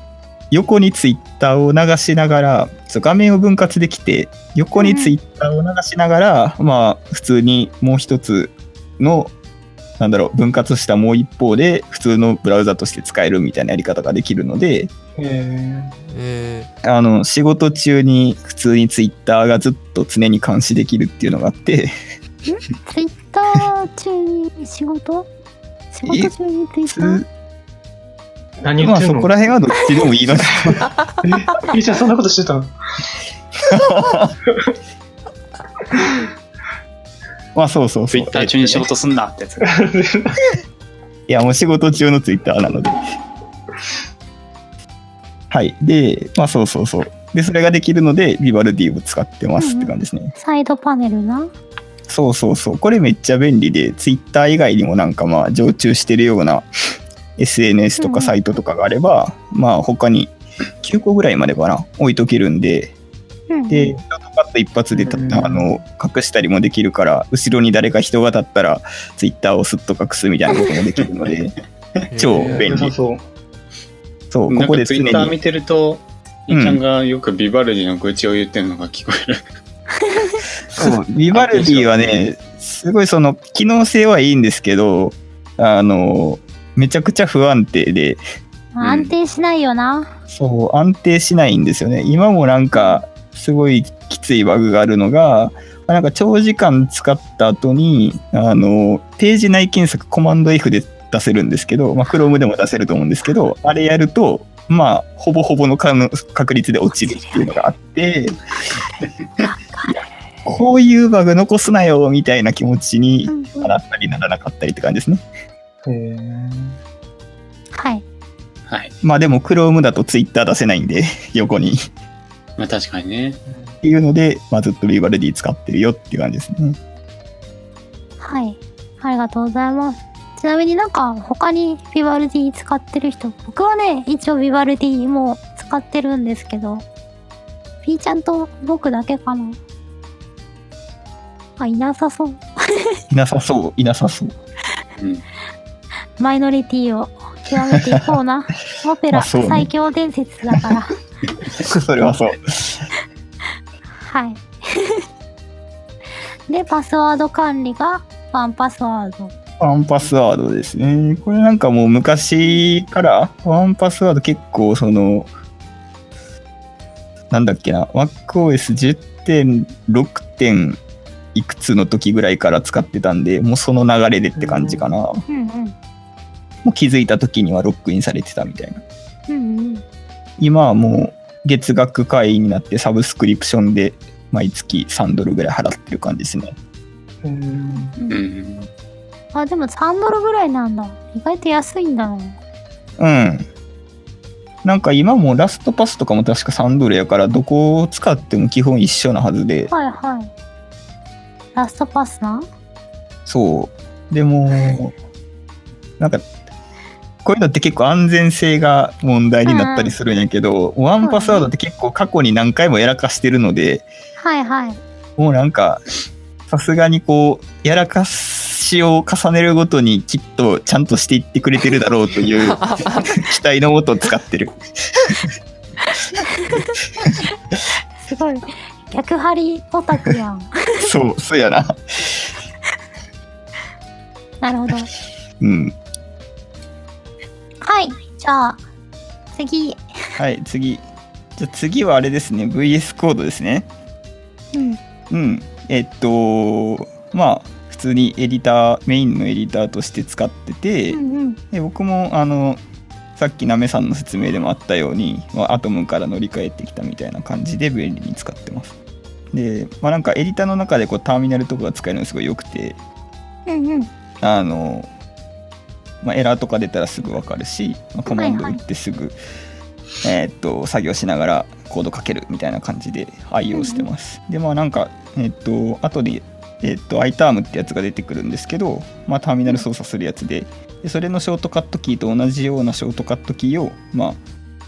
[SPEAKER 2] 横にツイッターを流しながら、そう画面を分割できて、横にツイッターを流しながら、まあ、普通にもう一つの、なんだろう、分割したもう一方で、普通のブラウザとして使えるみたいなやり方ができるので、
[SPEAKER 5] え
[SPEAKER 3] え
[SPEAKER 2] あの、仕事中に普通にツイッターがずっと常に監視できるっていうのがあって、
[SPEAKER 1] ツイッター中に仕事仕事中にツイッター
[SPEAKER 2] つ
[SPEAKER 5] ー、何言
[SPEAKER 2] ま
[SPEAKER 5] っ
[SPEAKER 2] あ
[SPEAKER 5] てん
[SPEAKER 2] そ
[SPEAKER 5] の、
[SPEAKER 2] こら辺はどっちでもいいので、
[SPEAKER 5] ピーちゃんそんなことしてたの
[SPEAKER 2] まあそうそう
[SPEAKER 4] ツ
[SPEAKER 2] そう。
[SPEAKER 4] イッター中に仕事すんなってやつ。
[SPEAKER 2] いや、もう仕事中のツイッターなので。はい。で、まあそうそうそう。で、それができるので、ビバルディを使ってますって感じですね。
[SPEAKER 1] サイドパネルな。
[SPEAKER 2] そうそうそう。これめっちゃ便利で、Twitter 以外にもなんかまあ常駐してるような SNS と
[SPEAKER 1] うんうん
[SPEAKER 2] かサイトとかがあれば、まあ他に9個ぐらいまでかな、置いとけるんで、
[SPEAKER 1] うん
[SPEAKER 2] で、パッと一発でた
[SPEAKER 5] うん
[SPEAKER 2] あの隠したりもできるから、後ろに誰か人が立ったら Twitter をすっと隠すみたいなこともできるので、超便
[SPEAKER 5] 良
[SPEAKER 2] 利
[SPEAKER 5] さそう。
[SPEAKER 2] そう、ここで
[SPEAKER 4] ツ
[SPEAKER 2] 常
[SPEAKER 4] イ
[SPEAKER 2] に
[SPEAKER 4] ッター見てると、い
[SPEAKER 2] うん
[SPEAKER 4] ちゃんがよくビバルディの愚痴を言ってるのが聞こえる。
[SPEAKER 2] そう、ビバルディはね、すごいその機能性はいいんですけど、あの、めちゃくちゃ不安定で、
[SPEAKER 1] まあ安定しないよな。
[SPEAKER 2] そう、安定しないんですよね。今もなんか、すごいきついバグがあるのが、なんか長時間使った後に、あの、ページ内検索コマンド F で出せるんですけど、まあ、Chrome でも出せると思うんですけど、あれやると、まあ、ほぼほぼの可能確率で落ちるっていうのがあって、こういうバグ残すなよ、みたいな気持ちに
[SPEAKER 1] うん
[SPEAKER 2] なったりならなかったりって感じですね。
[SPEAKER 5] へー
[SPEAKER 1] はい。
[SPEAKER 4] はい。
[SPEAKER 2] まあでも Chrome だと Twitter 出せないんで、 横に。
[SPEAKER 4] まあ確かにね。
[SPEAKER 2] っていうので、まあ、ずっとビバルディ使ってるよっていう感じですね。
[SPEAKER 1] はい。ありがとうございます。ちなみになんか他にビバルディ使ってる人、僕はね、一応ビバルディも使ってるんですけど、ピーちゃんと僕だけかな。あ、いなさそう。
[SPEAKER 2] いなさそう、いな さそう。
[SPEAKER 4] うん。
[SPEAKER 1] マイノリティを極めていこう な。オペ
[SPEAKER 2] ま
[SPEAKER 1] ラ
[SPEAKER 2] あそうね
[SPEAKER 1] 最強伝説だ から。
[SPEAKER 2] それはそう。
[SPEAKER 1] はい。 で、パスワード管理がワンパスワード。
[SPEAKER 2] ワンパスワードですね。これなんかもう昔から、ワンパスワード結構その、なんだっけな、MacOS10.6. 点いくつの時ぐらいから使ってたんで、もうその流れでって感じかな。も
[SPEAKER 1] うんうん。
[SPEAKER 2] う気づいた時にはロックインされてたみたいな。
[SPEAKER 1] うんうん。
[SPEAKER 2] 今はもう月額会員になってサブスクリプションで毎月3ドルぐらい払ってる感じですね。
[SPEAKER 5] へー
[SPEAKER 4] うん。
[SPEAKER 1] あ、でも3ドルぐらいなんだ。意外と安いんだな。
[SPEAKER 2] うん。なんか今もラストパスとかも確か3ドルやからどこを使っても基本一緒なはずで
[SPEAKER 1] はいはい。ラストパスな
[SPEAKER 2] そうでもなんかこういうのって結構安全性が問題になったりするんやけど、ワンパスワードって結構過去に何回もやらかしてるので
[SPEAKER 1] はいはい。
[SPEAKER 2] もうなんかさすがにこうやらかしを重ねるごとにきっとちゃんとしていってくれてるだろうという 期待のもと使ってる
[SPEAKER 1] すごい。逆張りオタクやん。
[SPEAKER 2] そうそうやな
[SPEAKER 1] なるほど。
[SPEAKER 2] うん
[SPEAKER 1] はい。じゃあ、次。
[SPEAKER 2] はい、次。じゃあ次はあれですね、VS コードですね。
[SPEAKER 1] うん。
[SPEAKER 2] うん。えっと、まあ、普通にエディター、メインのエディターとして使ってて、
[SPEAKER 1] うんうん。
[SPEAKER 2] で僕も、あの、さっきなめさんの説明でもあったように、まあアトムから乗り換えてきたみたいな感じで便利に使ってます。で、まあなんかエディターの中でこうターミナルとかが使えるのがすごい良くて、
[SPEAKER 1] うんうん。
[SPEAKER 2] あの、まあ、エラーとか出たらすぐ分かるし、まあコマンド打ってすぐ、えーっと作業しながらコードかけるみたいな感じで愛用してます。でまあなんかえーっ、と後でえーっ、と iTerm ってやつが出てくるんですけど、まあ、ターミナル操作するやつででそれのショートカットキーと同じようなショートカットキーを、まあ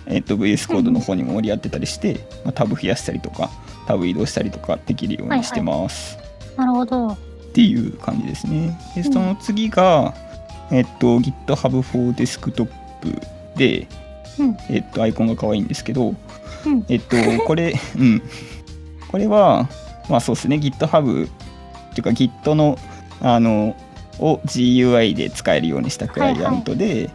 [SPEAKER 2] えーっと VS コードの方にも折り当てたりして、まあ、タブ増やしたりとかタブ移動したりとかできるようにしてます。
[SPEAKER 1] なるほど。
[SPEAKER 2] っていう感じですね。で、
[SPEAKER 1] うん
[SPEAKER 2] その次が、えっと、GitHub for Desktop で、
[SPEAKER 1] うん
[SPEAKER 2] えっと、アイコンが可愛いんですけど、
[SPEAKER 1] うん
[SPEAKER 2] えっと、これ、 うん。これは、まあそうですね、GitHub っていうか Git の、あの、を GUI で使えるようにしたクライアントで、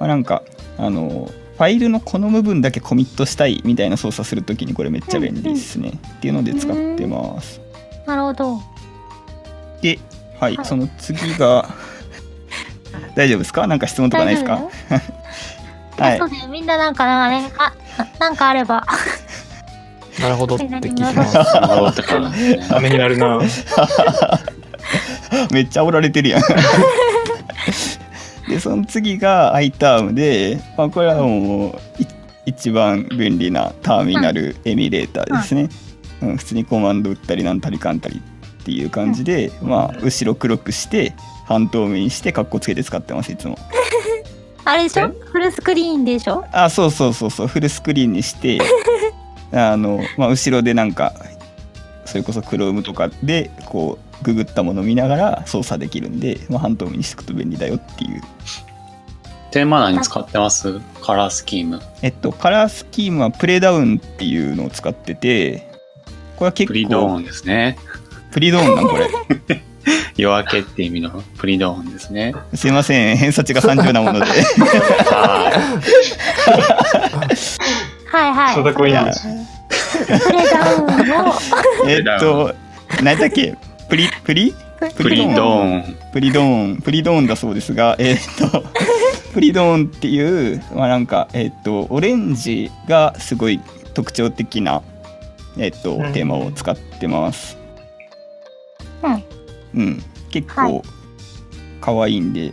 [SPEAKER 2] まあ、なんか、あの、ファイルのこの部分だけコミットしたいみたいな操作するときにこれめっちゃ便利ですね、っていうので使ってます。
[SPEAKER 1] なるほど。
[SPEAKER 2] で、はい、
[SPEAKER 1] はい
[SPEAKER 2] その次 が大丈夫ですか？なんか質問とかないです
[SPEAKER 1] 大丈
[SPEAKER 2] か
[SPEAKER 1] 夫？
[SPEAKER 2] は
[SPEAKER 1] だ
[SPEAKER 2] い
[SPEAKER 1] よ。そう、だよ。みんななんかなんかね、あ、なんかあれ ば。
[SPEAKER 3] なるほどって 聞きます。
[SPEAKER 4] 戻ってからですね
[SPEAKER 5] ためになるな。
[SPEAKER 2] めっちゃおられてるやん。 で、その次が iTerm で、まあこれはもうい一番便利なターミナルエミュレーターですね。うん、普通にコマンド打ったりなんたりかんたりっていう感じで、まあ後ろ黒くして半透明にしてカッコつけて使ってますいつも
[SPEAKER 1] あれでしょフルスクリーンでしょ
[SPEAKER 2] あそうそうそうそうフルスクリーンにして あの、まあ、後ろでなんかそれこそクロームとかでこうググったもの見ながら操作できるんで、まあ、半透明にしておくと便利だよっていう
[SPEAKER 4] テーマ何使ってますカラースキーム。
[SPEAKER 2] えっとカラースキームはプレダウンっていうのを使っててこれは結構
[SPEAKER 4] プリドーンですね。
[SPEAKER 2] プリドーンなんこれ
[SPEAKER 4] 夜明けって意味のプリドーンですね。
[SPEAKER 2] すいません偏差値が30なも ので
[SPEAKER 4] は
[SPEAKER 1] はいはい。
[SPEAKER 5] そんな声なんです
[SPEAKER 1] プレダウン の
[SPEAKER 2] えっと何だっけプリプリ
[SPEAKER 4] いプリドーン。
[SPEAKER 2] プリドーンプリドーンだそうですがえーっ とプリドーンっていうまあなんかえーっとオレンジがすごい特徴的なえーっと
[SPEAKER 5] うん
[SPEAKER 2] テーマを使ってます
[SPEAKER 1] うん
[SPEAKER 2] うん結
[SPEAKER 1] は
[SPEAKER 2] 構可愛いんで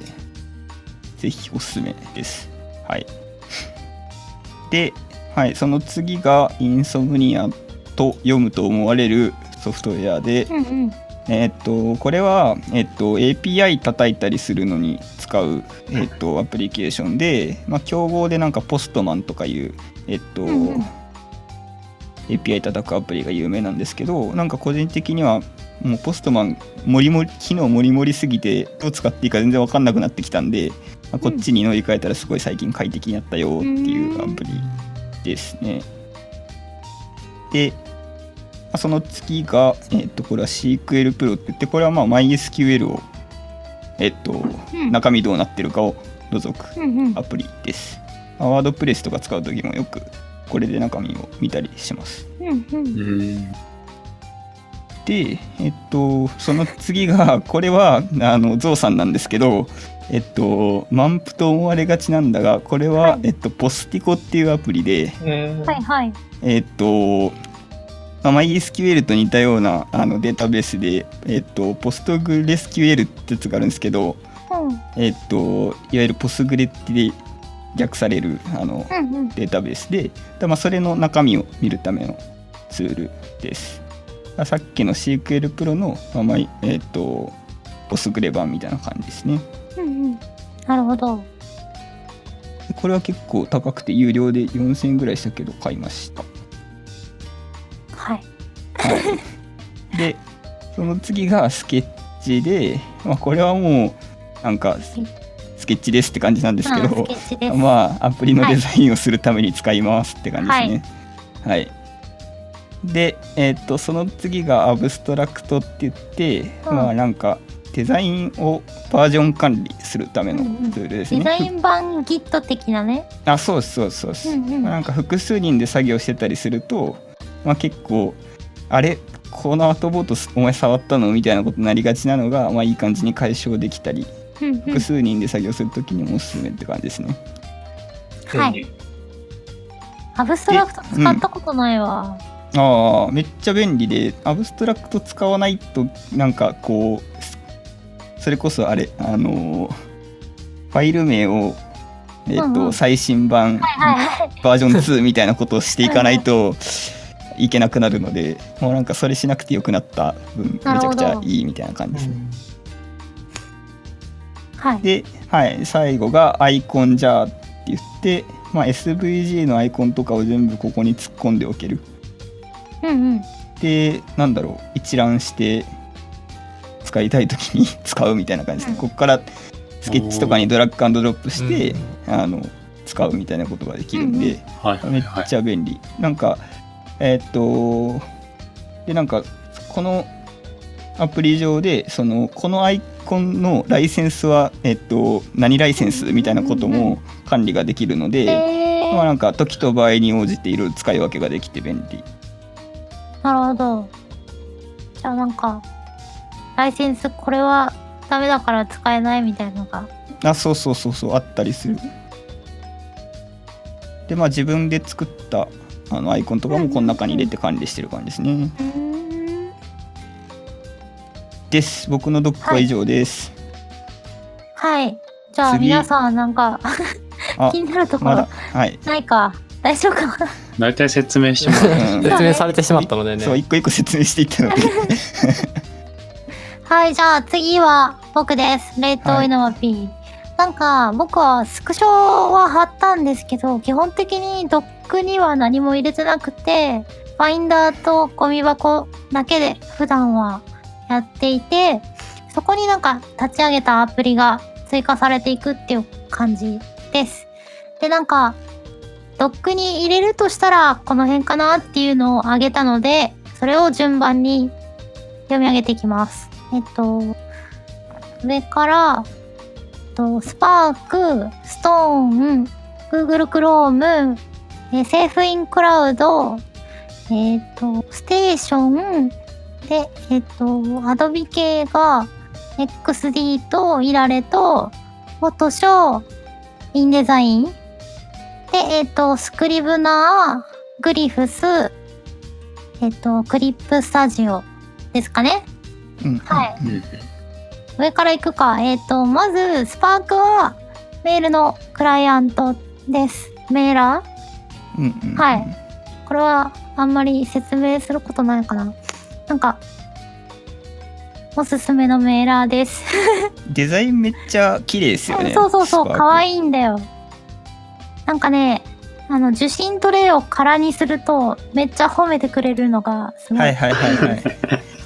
[SPEAKER 2] ぜひおすすめですはいで、はい、その次がインソムニアと読むと思われるソフトウェアで、
[SPEAKER 1] うんうん。
[SPEAKER 2] えーっとこれは、えーっと API 叩いたりするのに使う、えーっとアプリケーションで、まあ、競合でなんかポストマンとかいう、えーっと
[SPEAKER 1] うんうん
[SPEAKER 2] API 叩くアプリが有名なんですけどなんか個人的にはもうポストマンもりもり機能もりもりすぎてどう使っていいか全然分かんなくなってきたんで、まあこっちに乗り換えたらすごい最近快適になったよっていうアプリですね。でまあその次が、えっとこれは CQL プロって言ってこれはまあ MySQL を、えっと
[SPEAKER 1] うん
[SPEAKER 2] 中身どうなってるかを除く
[SPEAKER 1] うんうん
[SPEAKER 2] アプリです。まあワードプレスとか使う時もよくこれで中身を見たりします。
[SPEAKER 1] うんうん
[SPEAKER 4] うん。
[SPEAKER 2] で、えっと、その次が、 これは、あの、ゾウさんなんですけど、えっと、満腹と思われがちなんだが、これは、
[SPEAKER 1] はい
[SPEAKER 2] えっと、ポスティコっていうアプリで、
[SPEAKER 5] うん
[SPEAKER 1] はいはい。
[SPEAKER 2] えっと、まあ、MySQL と似たようなあのデータベースで、えっと、PostgreSQL ってやつがあるんですけど、
[SPEAKER 1] うん
[SPEAKER 2] えっと、いわゆる Postgre って略されるあの
[SPEAKER 1] うんうん。
[SPEAKER 2] データベースで、でまあ、それの中身を見るためのツールです。まあさっきの CQL Pro の、まあまあえっ、と、ポスグレ版みたいな感じですね。
[SPEAKER 1] うんうん。なるほど。
[SPEAKER 2] これは結構高くて有料で4000円ぐらいしたけど買いました。
[SPEAKER 1] はい。
[SPEAKER 2] はい、で、その次がスケッチで、まあ、これはもう、なんか、スケッチですって感じなんですけ
[SPEAKER 1] まあ
[SPEAKER 2] ど
[SPEAKER 1] スケ、ッチです。
[SPEAKER 2] まあ、アプリのデザインをするために使いますって感じですね。はい。で、えっと、その次がアブストラクトって言って、
[SPEAKER 1] うん
[SPEAKER 2] まあ、なんか、デザインをバージョン管理するためのツールですね。
[SPEAKER 1] デザイン版 Git 的なね。
[SPEAKER 2] あ、そうですそうですそうで
[SPEAKER 1] う
[SPEAKER 2] す。
[SPEAKER 1] んうん。
[SPEAKER 2] まあなんか複数人で作業してたりすると、まあ、結構あれこのアートボートすお前触ったのみたいなことになりがちなのが、まあ、いい感じに解消できたり
[SPEAKER 1] うんうん
[SPEAKER 2] 複数人で作業するときにもおすすめって感じですね。
[SPEAKER 1] はい。アブストラクト使ったことないわ。
[SPEAKER 2] ああめっちゃ便利でアブストラクト使わないとなんかこうすそれこそあれあのーファイル名を、えっと
[SPEAKER 1] うんうん
[SPEAKER 2] 最新版
[SPEAKER 1] はいはい。
[SPEAKER 2] バージョン2みたいなことをしていかないといけなくなるのでもうなんかそれしなくてよくなった分めち
[SPEAKER 1] なる
[SPEAKER 2] ゃ
[SPEAKER 1] ほど
[SPEAKER 2] くちゃいいみたいな感じですね。
[SPEAKER 1] はい。
[SPEAKER 2] で、はい、最後がアイコンジャーって言って、まあ、SVG のアイコンとかを全部ここに突っ込んでおける。
[SPEAKER 1] うんうん。
[SPEAKER 2] でなんだろう一覧して使いたい時に 使うみたいな感じで
[SPEAKER 1] う
[SPEAKER 2] す、
[SPEAKER 1] ん
[SPEAKER 2] ここからスケッチとかにドラッグアンドドロップして
[SPEAKER 3] うん、
[SPEAKER 2] あの使うみたいなことができるんで、
[SPEAKER 4] はいは
[SPEAKER 2] め
[SPEAKER 4] い
[SPEAKER 2] っ
[SPEAKER 4] はい。
[SPEAKER 2] ちゃ便利、なんかえーっとでなんかこのアプリ上でそのこのアイコンのライセンスは、えーっと何ライセンスみたいなこと
[SPEAKER 1] うんうん
[SPEAKER 2] も管理ができるので、
[SPEAKER 1] え
[SPEAKER 2] まあ、
[SPEAKER 1] ー、
[SPEAKER 2] なんか時と場合に応じていろいろ使い分けができて便利
[SPEAKER 1] なるほど。じゃあなんか、ライセンスこれはダメだから使えないみたいなのが。
[SPEAKER 2] あそうそうそうそうあったりするでまあ自分で作ったあのアイコンとかもこの中に入れて管理してる感じですね
[SPEAKER 1] うーん。
[SPEAKER 2] です僕のドックは以上です、
[SPEAKER 1] はい。じゃあ
[SPEAKER 2] 次
[SPEAKER 1] 皆さんはなんか
[SPEAKER 2] あ
[SPEAKER 1] 気になるとこ
[SPEAKER 2] まだ
[SPEAKER 1] ろ
[SPEAKER 2] はい、
[SPEAKER 1] ないか。大丈夫かな
[SPEAKER 4] 大体説明してもらう。
[SPEAKER 2] うん
[SPEAKER 3] 説明されてしまったので ね
[SPEAKER 2] そう一個一個説明していったので
[SPEAKER 1] はい、じゃあ次は僕です。冷凍
[SPEAKER 2] はい
[SPEAKER 1] イノマ P。なんか僕はスクショは貼ったんですけど、基本的にドックには何も入れてなくて、ファインダーとゴミ箱だけで普段はやっていて、そこになんか立ち上げたアプリが追加されていくっていう感じです。で、なんか、ドックに入れるとしたらこの辺かなっていうのを挙げたので、それを順番に読み上げていきます。えっと、上から、えっとスパーク、ストーン、Google Chrome、えーセーフインクラウド、えっと、ステーション、で、えっと、Adobe 系が XD とイラレと、フォトショー、インデザイン。で、えっと、スクリブナー、グリフス、えっと、クリップスタジオですかね。
[SPEAKER 2] うん
[SPEAKER 1] はい
[SPEAKER 2] うん
[SPEAKER 1] 上から行くか。えっ、と、まず、スパークはメールのクライアントです。メーラー
[SPEAKER 2] うんうん
[SPEAKER 1] はこれはあんまり説明することないかな。なんか、おすすめのメーラーです。
[SPEAKER 2] デザインめっちゃ綺麗ですよね
[SPEAKER 1] そうそうそう、
[SPEAKER 2] スパーク
[SPEAKER 1] 可愛いんだよ。なんかね、あの、受信トレイを空にすると、めっちゃ褒めてくれるのがすごい。
[SPEAKER 2] はいはいはいはい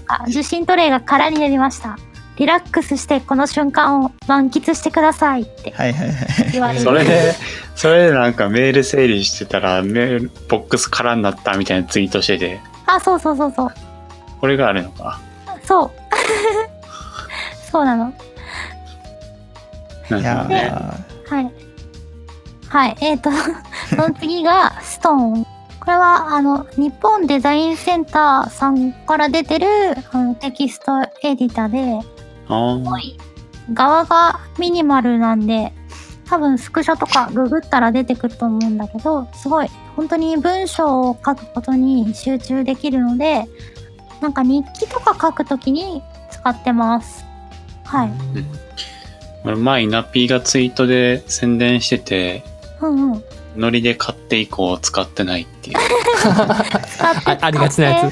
[SPEAKER 1] あ受信トレイが空になりました。リラックスしてこの瞬間を満喫してくださいって
[SPEAKER 2] はいはいはい
[SPEAKER 1] 言わ れる。
[SPEAKER 4] それで、それでなんかメール整理してたら、メールボックス空になったみたいなツイートしてて、
[SPEAKER 1] あ、そうそうそうそう。
[SPEAKER 4] これがあるのか。
[SPEAKER 1] そう。そうなの。
[SPEAKER 4] ないるほどね。
[SPEAKER 2] や
[SPEAKER 1] はい。はい。えっ、と、その次が、ストーン。これは、あの、日本デザインセンターさんから出てるあのテキストエディターで、
[SPEAKER 4] あ
[SPEAKER 1] 側がミニマルなんで、多分スクショとかググったら出てくると思うんだけど、すごい、本当に文章を書くことに集中できるので、なんか日記とか書くときに使ってます。はい。
[SPEAKER 4] ー俺前、イナピーがツイートで宣伝してて、
[SPEAKER 1] うんうん。
[SPEAKER 4] ノリで買って以降使ってないっていう。
[SPEAKER 1] 使って使っ
[SPEAKER 3] あ
[SPEAKER 1] て
[SPEAKER 3] ありがちなや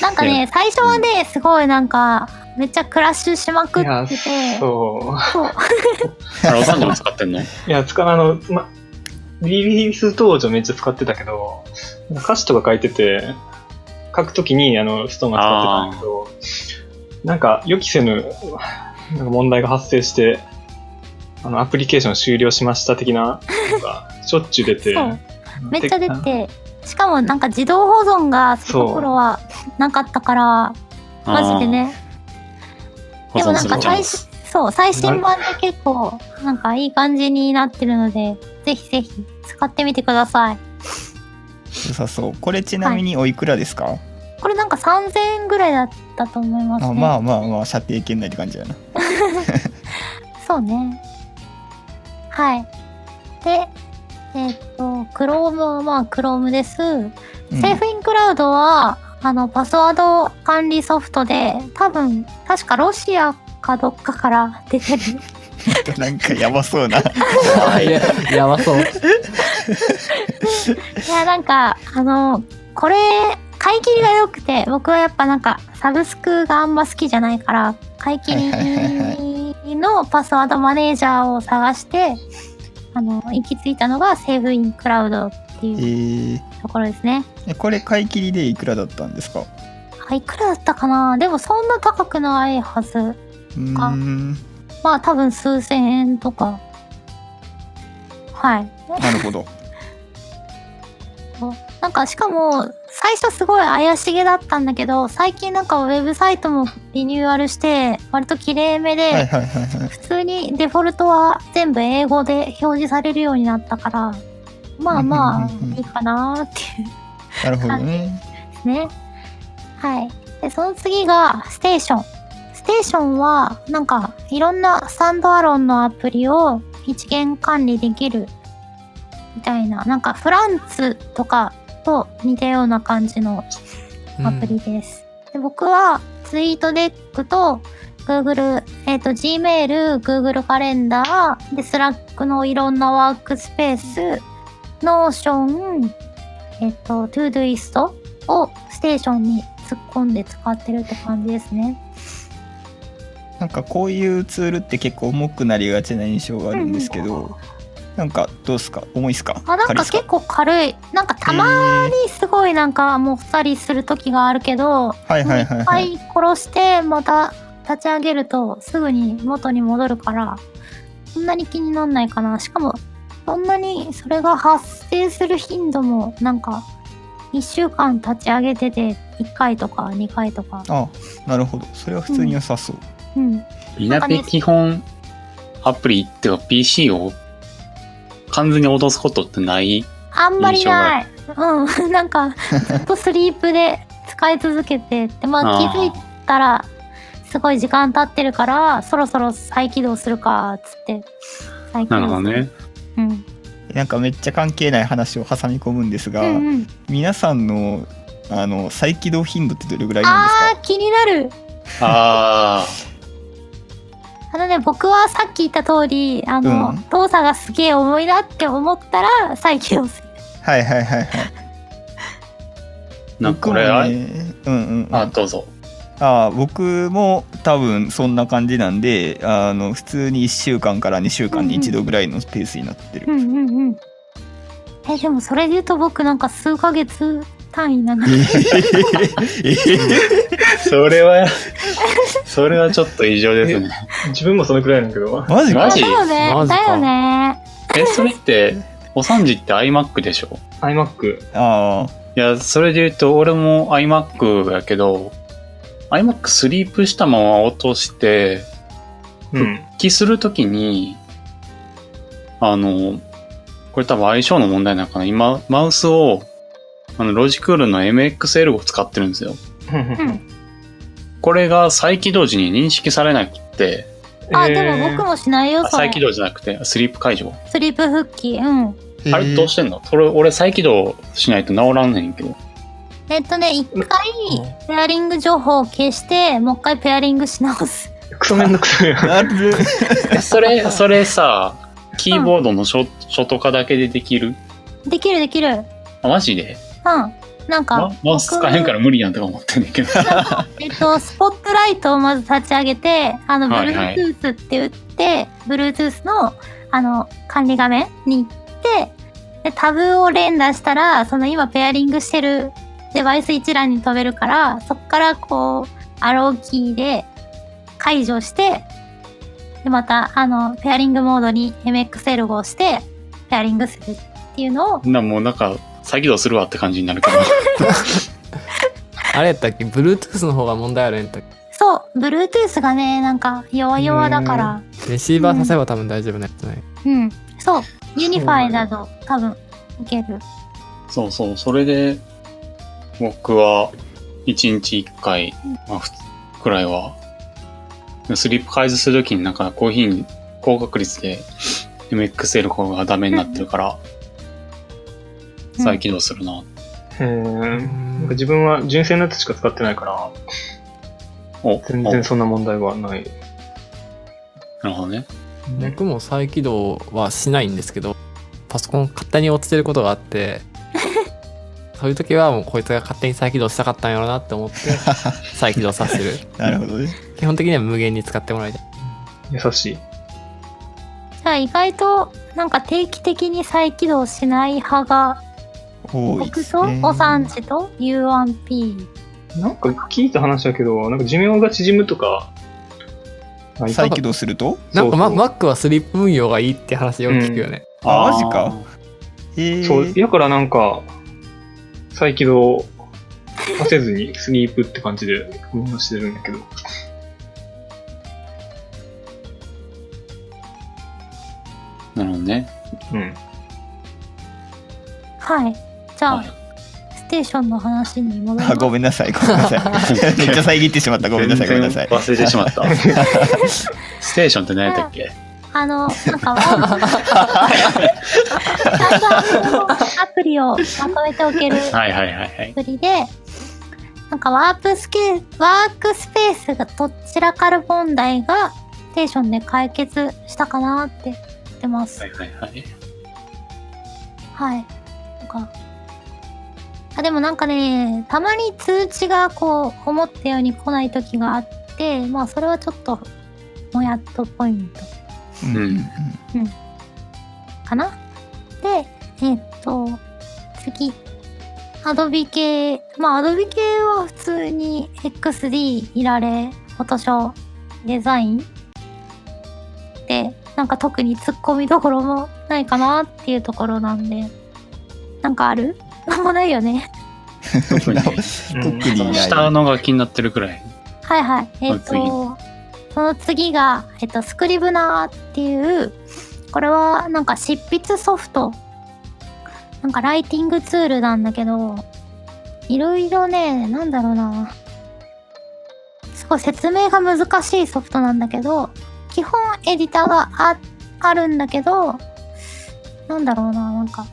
[SPEAKER 1] なんかね、最初はね、すごいなんか、めっちゃクラッシュしまくってて、
[SPEAKER 5] そ
[SPEAKER 1] そう
[SPEAKER 4] あれ、おさんでも使って んの
[SPEAKER 5] う。いや、使う、あの、ま、リリース当時はめっちゃ使ってたけど、歌詞とか書いてて、書くときにあのストーンが使ってたんだけど、なんか予期せぬなんか問題が発生して、あのアプリケーション終了しました的なのがしょっちゅう出て
[SPEAKER 1] そう、めっちゃ出て、しかもなんか自動保存がその頃はなかったから、マジで。ね。
[SPEAKER 4] あー
[SPEAKER 1] で
[SPEAKER 4] 保
[SPEAKER 1] も
[SPEAKER 4] 存
[SPEAKER 1] な
[SPEAKER 4] す
[SPEAKER 1] ん
[SPEAKER 4] る
[SPEAKER 1] か
[SPEAKER 4] チャ
[SPEAKER 1] 最
[SPEAKER 4] ン
[SPEAKER 1] 新
[SPEAKER 4] ス。、
[SPEAKER 1] そう、最新版で結構、なんかいい感じになってるので、ぜひぜひ使ってみてください。
[SPEAKER 2] ー良さそうこれちなみにおいくらですか、
[SPEAKER 1] これなんか3000円ぐらいだったと思います
[SPEAKER 2] あ
[SPEAKER 1] ね。
[SPEAKER 2] まあまあまあ射程圏内って感じだな
[SPEAKER 1] そうね。はい。で、えっと、クロームはまあ、クロームです。
[SPEAKER 2] うん
[SPEAKER 1] セーフインクラウドは、あの、パスワード管理ソフトで、多分、確かロシアかどっかから出 てる。
[SPEAKER 2] なんかやばそうな
[SPEAKER 3] つやばそう
[SPEAKER 1] いや、なんか、あの、これ、買い切りが良くて、僕はやっぱなんか、サブスクがあんま好きじゃないから、買い切
[SPEAKER 2] はいはい
[SPEAKER 1] りのパスワードマネージャーを探して、あの、行き着いたのがセーフインクラウドって
[SPEAKER 2] え
[SPEAKER 1] いう
[SPEAKER 2] ー
[SPEAKER 1] ところですね。
[SPEAKER 2] えこれ買い切りでいくらだったんですかう
[SPEAKER 1] あ、いくらだったかなでもそんな高くないはず。
[SPEAKER 2] ーん
[SPEAKER 1] まあ多分数千円とか。はい。
[SPEAKER 2] なるほど
[SPEAKER 1] なんかしかも最初すごい怪しげだったんだけど最近なんかウェブサイトもリニューアルして割と綺麗め
[SPEAKER 2] はい
[SPEAKER 1] で
[SPEAKER 2] はいはいはい
[SPEAKER 1] 普通にデフォルトは全部英語で表示されるようになったからまあま
[SPEAKER 2] うんうんうんうん
[SPEAKER 1] あいいかなーっていう
[SPEAKER 2] なるほどね
[SPEAKER 1] ですね。はい。で、その次が、ステーション。ステーションは、なんか、いろんなスタンドアロンのアプリを一元管理できる、みたいな、なんか、フランツとかと似たような感じのアプリです。で僕は、ツイートデックと、Google、えっ、と、Gmail、Google カレンダー、で、Slack のいろんなワークスペース、Notion、えっ、と、Todoist をステーションに突っ込んで使ってるって感じですね。
[SPEAKER 2] なんかこういうツールって結構重くなりがちな印象があるんですけど、なんかどうですか重いですか
[SPEAKER 1] あなん
[SPEAKER 2] 軽い
[SPEAKER 1] か
[SPEAKER 2] っすか
[SPEAKER 1] 結構軽いなんかたまにすごいなんかもったりする時があるけど、
[SPEAKER 2] はいはいはいはい、
[SPEAKER 1] いっぱい殺してまた立ち上げるとすぐに元に戻るからそんなに気になんないかなしかもそんなにそれが発生する頻度もなんか1週間立ち上げてて1回とか2回とか
[SPEAKER 2] あなるほどそれは普通に良さそう、
[SPEAKER 1] うん
[SPEAKER 4] リナ
[SPEAKER 1] なん
[SPEAKER 4] ペ
[SPEAKER 1] かね
[SPEAKER 4] 基本、アプリっていうか PC を完全に落とすことってない。
[SPEAKER 1] あんまりないうん なんかずっとスリープで使い続けてでまあ気
[SPEAKER 4] あー
[SPEAKER 1] づいたらすごい時間経ってるからそろそろ再起動するかっつって再起動
[SPEAKER 4] なるほど
[SPEAKER 1] する
[SPEAKER 4] ね。
[SPEAKER 1] うん
[SPEAKER 2] なんかめっちゃ関係ない話を挟み込むんですが、
[SPEAKER 1] うんうん、
[SPEAKER 2] 皆さんのあの再起動頻度ってどれぐらいなんです
[SPEAKER 1] あー気になる
[SPEAKER 4] あ
[SPEAKER 1] あのね僕はさっき言った通りあの、
[SPEAKER 2] うん
[SPEAKER 1] 動作がすげえ重いなって思ったら再起動する
[SPEAKER 2] かはいはいはいはい
[SPEAKER 4] あ、なんかこれ、
[SPEAKER 2] 僕も
[SPEAKER 4] あれ
[SPEAKER 2] ねうんうんうん
[SPEAKER 4] あ、どうぞ。
[SPEAKER 2] ああ僕も多分そんな感じなんであの普通に1週間から2週間に1度ぐらいのペースになってる、
[SPEAKER 1] うんうんうんえでもそれで言うと僕なんか数ヶ月単位なの
[SPEAKER 4] そ れは、それはちょっと異常ですね。
[SPEAKER 5] 自分もそのくらいなんだけど。
[SPEAKER 2] マジか
[SPEAKER 4] マジ
[SPEAKER 1] だよね
[SPEAKER 3] マジ
[SPEAKER 1] だ
[SPEAKER 3] か
[SPEAKER 1] よね
[SPEAKER 4] え、それって、お三時って iMac でしょ
[SPEAKER 5] iMac。
[SPEAKER 2] ああ
[SPEAKER 4] いや、それで言うと、俺も iMac やけど、iMac スリープしたまま落として、
[SPEAKER 5] うん。
[SPEAKER 4] 起するときに、あの、これ多分相性の問題なのかな。今、マウスを、あの、ロジクールの MXL を使ってるんですよ。これが再起動時に認識されなくって、
[SPEAKER 1] あでも僕もしないよ
[SPEAKER 4] あ
[SPEAKER 1] それ
[SPEAKER 4] 再起動じゃなくて、スリープ解除。
[SPEAKER 1] スリープ復帰うん
[SPEAKER 4] あれどうしてんのそれ、俺再起動しないと治らんねんけど。
[SPEAKER 1] えっとね一回ペアリング情報を消してもう一回ペアリングし直す
[SPEAKER 5] クソめんどくさいよ。
[SPEAKER 2] なる
[SPEAKER 4] それ、 それさ、キーボードのショショート化だけでできる
[SPEAKER 1] できるできるうん
[SPEAKER 4] あ、マジで
[SPEAKER 1] なんか
[SPEAKER 4] ママウス使えんから無理やんとか思ってんねんけ ど。
[SPEAKER 1] えっと、スポットライトをまず立ち上げて、あの、
[SPEAKER 4] はいはい
[SPEAKER 1] Bluetooth って打って、Bluetooth の、あの、管理画面に行って、で、タブを連打したら、その今ペアリングしてるデバイス一覧に飛べるから、そっからこう、アローキーで解除して、で、また、あの、ペアリングモードに MXL を押して、ペアリングするっていうのを、
[SPEAKER 4] なもうなんか再起動するわって感じになるけど
[SPEAKER 3] あれやったっけ Bluetooth の方が問題あるやったっ
[SPEAKER 1] そう、Bluetooth がね、なんか弱々だから、
[SPEAKER 3] けレシーバーさせば多分大丈夫なやつね。
[SPEAKER 1] うん、そう、ユニファイだと多分いける。
[SPEAKER 4] そうそうそれで僕は1日1回、まあ、ふつくらいはスリープ解除するときになんかこういうふうに高確率で MXL 効果がダメになってるから
[SPEAKER 1] うん
[SPEAKER 4] 再起動するな、
[SPEAKER 5] へーなんか自分は純正のやつしか使ってないから、
[SPEAKER 4] お
[SPEAKER 5] 全
[SPEAKER 4] おな
[SPEAKER 5] 然そんな問題はない。
[SPEAKER 4] るほどね
[SPEAKER 3] 僕も再起動はしないんですけどパソコン勝手に落ちてることがあって そういう時はもうこいつが勝手に再起動したかったんやろなって思って 再起動させる
[SPEAKER 2] ほどね
[SPEAKER 3] 基本的には無限に使ってもらいたい
[SPEAKER 5] 優しい。
[SPEAKER 1] じゃあ意外となんか定期的に再起動しない派が
[SPEAKER 2] 多いで
[SPEAKER 1] 僕
[SPEAKER 2] す
[SPEAKER 1] と
[SPEAKER 2] ね
[SPEAKER 1] お産地と U1P
[SPEAKER 5] なんか聞いた話だけど、なんか寿命が縮むとか、あい
[SPEAKER 2] 再起動すると
[SPEAKER 3] なんか
[SPEAKER 5] そう
[SPEAKER 3] マ
[SPEAKER 5] そう
[SPEAKER 3] マックはスリップ運用がいいって話を聞くよね、
[SPEAKER 2] あ
[SPEAKER 4] ー
[SPEAKER 2] マジかえー、
[SPEAKER 5] そう、やからなんか、再起動させずにスリープって感じでみんなしてるんだけど。
[SPEAKER 4] なるほどね
[SPEAKER 5] うん。
[SPEAKER 1] はいじゃ
[SPEAKER 4] は
[SPEAKER 1] あ
[SPEAKER 4] い
[SPEAKER 1] ステーションの話に戻りま
[SPEAKER 2] あ
[SPEAKER 1] す
[SPEAKER 2] ごめんなさいごめん なさいめっちゃ遮ってしまった ごめんなさいごめんなさい
[SPEAKER 4] 全然忘れてしまった ステーションって何やったっけ
[SPEAKER 1] あのなん かちゃんとあのアプリをまとめておける
[SPEAKER 4] はいはいはいはい
[SPEAKER 1] アプリでなんかワープスケワークスペースがどちらかる問題がステーションで解決したかなって言ってます
[SPEAKER 4] はいはいはい
[SPEAKER 1] はい。なんか。あ、でもなんかね、たまに通知がこう、思ったように来ない時があって、まあそれはちょっともやっとポイント
[SPEAKER 2] うん
[SPEAKER 4] うん
[SPEAKER 1] かなで、えっと、次。アドビ系。まあ、アドビ系は普通に XD いられ、フォトショー、デザインで、なんか特に突っ込みどころもないかなっていうところなんで。なんかある なんもないよね。
[SPEAKER 4] 特 に
[SPEAKER 5] うん
[SPEAKER 2] 特にない
[SPEAKER 4] 下のが気になってるくらい。
[SPEAKER 1] はいはい。えっ、
[SPEAKER 4] はい次
[SPEAKER 1] と、その次が、えっ、と、スクリブナーっていう、これはなんか執筆ソフト。なんかライティングツールなんだけど、いろいろね、なんだろうな。すごい説明が難しいソフトなんだけど、基本エディターがああるんだけど、なんだろうな、なんか。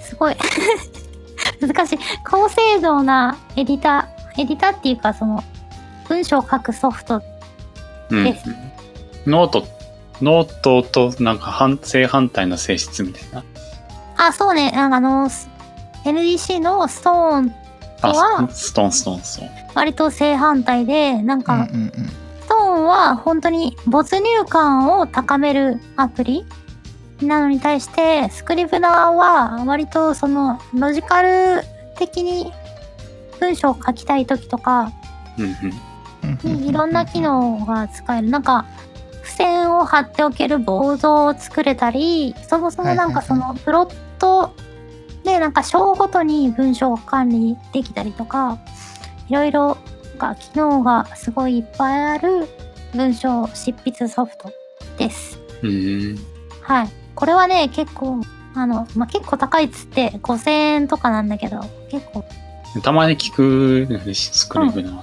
[SPEAKER 1] すごい 難しい高精度なエディターエディターっていうかその文章を書くソフト
[SPEAKER 4] うん
[SPEAKER 1] で
[SPEAKER 4] ノート、ノートとなんか反正反対の性質みたいな。
[SPEAKER 1] あそうねなんかあの NDC のストーン
[SPEAKER 4] あ
[SPEAKER 1] は、
[SPEAKER 4] ストンストンストン。
[SPEAKER 1] 割と正反対でなん
[SPEAKER 2] うん
[SPEAKER 1] か
[SPEAKER 2] うんうん
[SPEAKER 1] ストーンは本当に没入感を高めるアプリなのに対してスクリプナーは割とそのロジカル的に文章を書きたい時とか
[SPEAKER 4] うんうん。
[SPEAKER 2] うんうん
[SPEAKER 1] にいろんな機能が使える。なんか、付箋を貼っておけるボードを作れたり、そもそもなんか
[SPEAKER 2] はい
[SPEAKER 1] そ
[SPEAKER 2] はいは
[SPEAKER 1] のプロットでなんか章ごとに文章を管理できたりとか、いろいろが機能がすごいいっぱいある文章執筆ソフトです。
[SPEAKER 4] うん。
[SPEAKER 1] はい。これはね、結構、あの、まあ、結構高いっつって5000円とかなんだけど、結構
[SPEAKER 4] たまに聞くよねスクリブナー。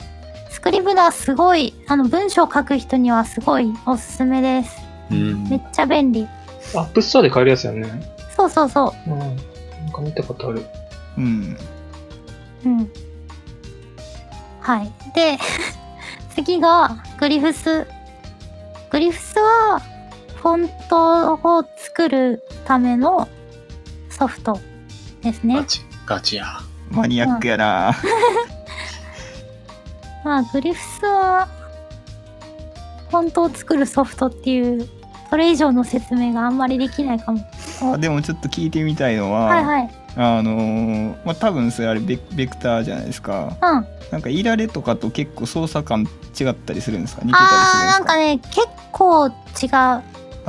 [SPEAKER 1] スクリブナーすごい、あの文章を書く人にはすごいおすすめです。
[SPEAKER 4] うん
[SPEAKER 1] めっちゃ便利。
[SPEAKER 5] アップストアで買えるやつやんね。
[SPEAKER 1] そうそうそ
[SPEAKER 5] うん。なんか見たことある。
[SPEAKER 2] うん
[SPEAKER 1] う。うん。はい。で、 次が、グリフス。グリフスは、フォントを作るためのソフトです
[SPEAKER 4] ガ
[SPEAKER 1] ね。
[SPEAKER 4] チ、ガチや。
[SPEAKER 2] マニアックやな
[SPEAKER 1] まあ、グリフスは、フォントを作るソフトっていう、それ以上の説明があんまりできないかも。
[SPEAKER 2] あでもちょっと聞いてみたいのは、
[SPEAKER 1] はいはい。
[SPEAKER 2] あのーまあ多分それあれベベクターじゃないですか
[SPEAKER 1] うん。
[SPEAKER 2] なんかいられとかと結構操作感違ったりするんですか似てたりするんで
[SPEAKER 1] あーな
[SPEAKER 2] す
[SPEAKER 1] ん
[SPEAKER 2] か
[SPEAKER 1] かね結構違う
[SPEAKER 2] あ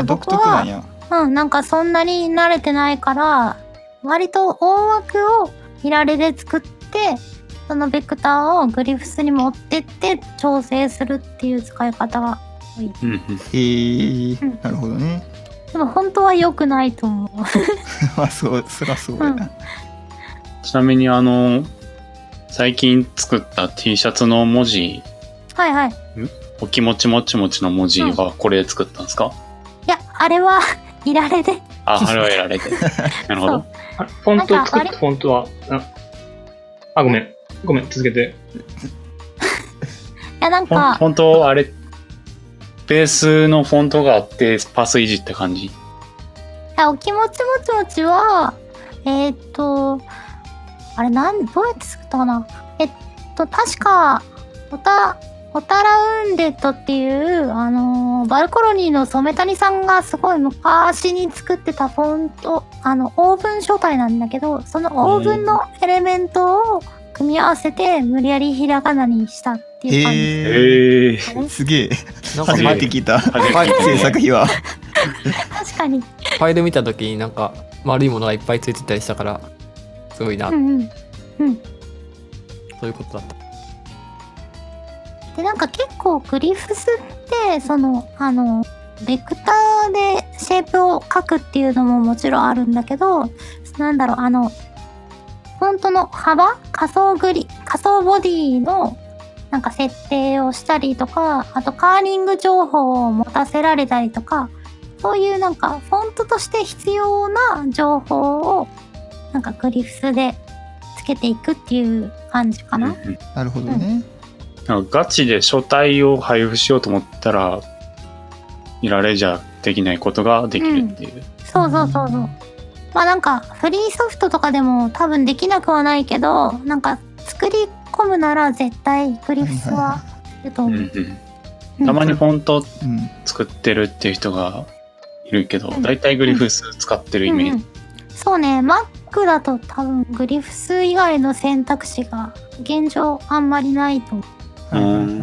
[SPEAKER 2] 独特なんや
[SPEAKER 1] うんなんかそんなに慣れてないから割と大枠をいられで作ってそのベクターをグリフスに持ってって調整するっていう使い方が
[SPEAKER 4] うんうん。
[SPEAKER 2] へえ
[SPEAKER 1] うん
[SPEAKER 2] なるほどね
[SPEAKER 1] でも本当は良くないと思う
[SPEAKER 2] まあそうそらそうやな、
[SPEAKER 4] ちなみにあの、最近作った T シャツの文字、
[SPEAKER 1] はい はい
[SPEAKER 4] おきもちもちもちの文字はこれで作ったんですか、
[SPEAKER 1] いやあれは いられで
[SPEAKER 4] あ、あれはやられ て。なるほ
[SPEAKER 1] そ
[SPEAKER 4] ど
[SPEAKER 1] う。
[SPEAKER 5] あれフォント作
[SPEAKER 1] なん
[SPEAKER 5] っ
[SPEAKER 1] かあ
[SPEAKER 5] て、
[SPEAKER 1] れ
[SPEAKER 5] フォントは。あ、あごめん。ごめん、続けて。
[SPEAKER 1] いやなん
[SPEAKER 4] フォン
[SPEAKER 1] か
[SPEAKER 4] フォント、あれ、ベースのフォントがあって、パスいじって感じ。
[SPEAKER 1] あお気持ちもちもちは、えーっと、あれ、なん、どうやって作ったかなえっと、確か、ホタ、ホタラウンデットっていう、あのーバルコロニーの染谷さんがすごい昔に作ってたフォント、あの、オーブン書体なんだけど、そのオーブンのエレメントを組み合わせて、無理やりひらがなにしたっていう感じで
[SPEAKER 2] へえ
[SPEAKER 4] え。
[SPEAKER 1] すね。
[SPEAKER 2] すげえ
[SPEAKER 3] なんか
[SPEAKER 2] 初
[SPEAKER 3] フ
[SPEAKER 2] め
[SPEAKER 3] ァ
[SPEAKER 2] て
[SPEAKER 3] イ
[SPEAKER 2] 聞いた
[SPEAKER 4] 初めて聞いた
[SPEAKER 2] 制作費は
[SPEAKER 1] 確かに。
[SPEAKER 3] ファイル見た時になんか丸いものがいっぱいついてたりしたからすごいな、
[SPEAKER 1] うんうん。うん。
[SPEAKER 3] そういうことだった
[SPEAKER 1] でなんか結構グリフスってそのあのベクターでシェイプを書くっていうのももちろんあるんだけどなんだろうあのフォントの幅仮想グリ仮想ボディのなんか設定をしたりとかあとカーリング情報を持たせられたりとかそういうなんかフォントとして必要な情報をなんかグリフスでつけていくっていう感じか
[SPEAKER 4] うんう
[SPEAKER 1] な。
[SPEAKER 4] ん
[SPEAKER 2] なるほどね、
[SPEAKER 4] なんかガチで書体を配布しようと思ったら、いられじゃできないことができるっていう。
[SPEAKER 1] そうそうそうそう。まあなんか、フリーソフトとかでも多分できなくはないけど、なんか、作り込むなら絶対グリフスは、えっと
[SPEAKER 4] うん
[SPEAKER 1] 思
[SPEAKER 4] う
[SPEAKER 1] う、
[SPEAKER 4] んたまにフォント
[SPEAKER 2] うん
[SPEAKER 4] 作ってるっていう人がいるけど、だいたいグリフス使ってるイメージ。
[SPEAKER 1] そうね Mac だと多分グリフス以外の選択肢が現状あんまりないと思
[SPEAKER 2] はいはいはい
[SPEAKER 4] う
[SPEAKER 1] う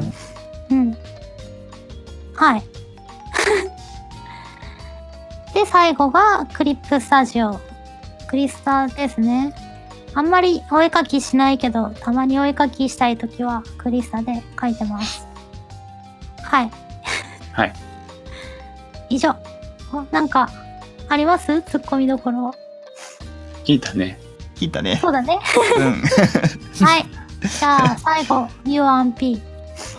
[SPEAKER 1] うんはい で最後がクリップスタジオクリスタですねあんまりお絵かきしないけどたまにお絵かきしたい時はクリスタで描いてますはい
[SPEAKER 4] はい。
[SPEAKER 1] 以上おなんかありますツッコミどころ
[SPEAKER 4] 聞いたね。
[SPEAKER 2] 聞いたね。
[SPEAKER 1] そうだ ね
[SPEAKER 2] うん。
[SPEAKER 1] はい。じゃあ、最後、U1P。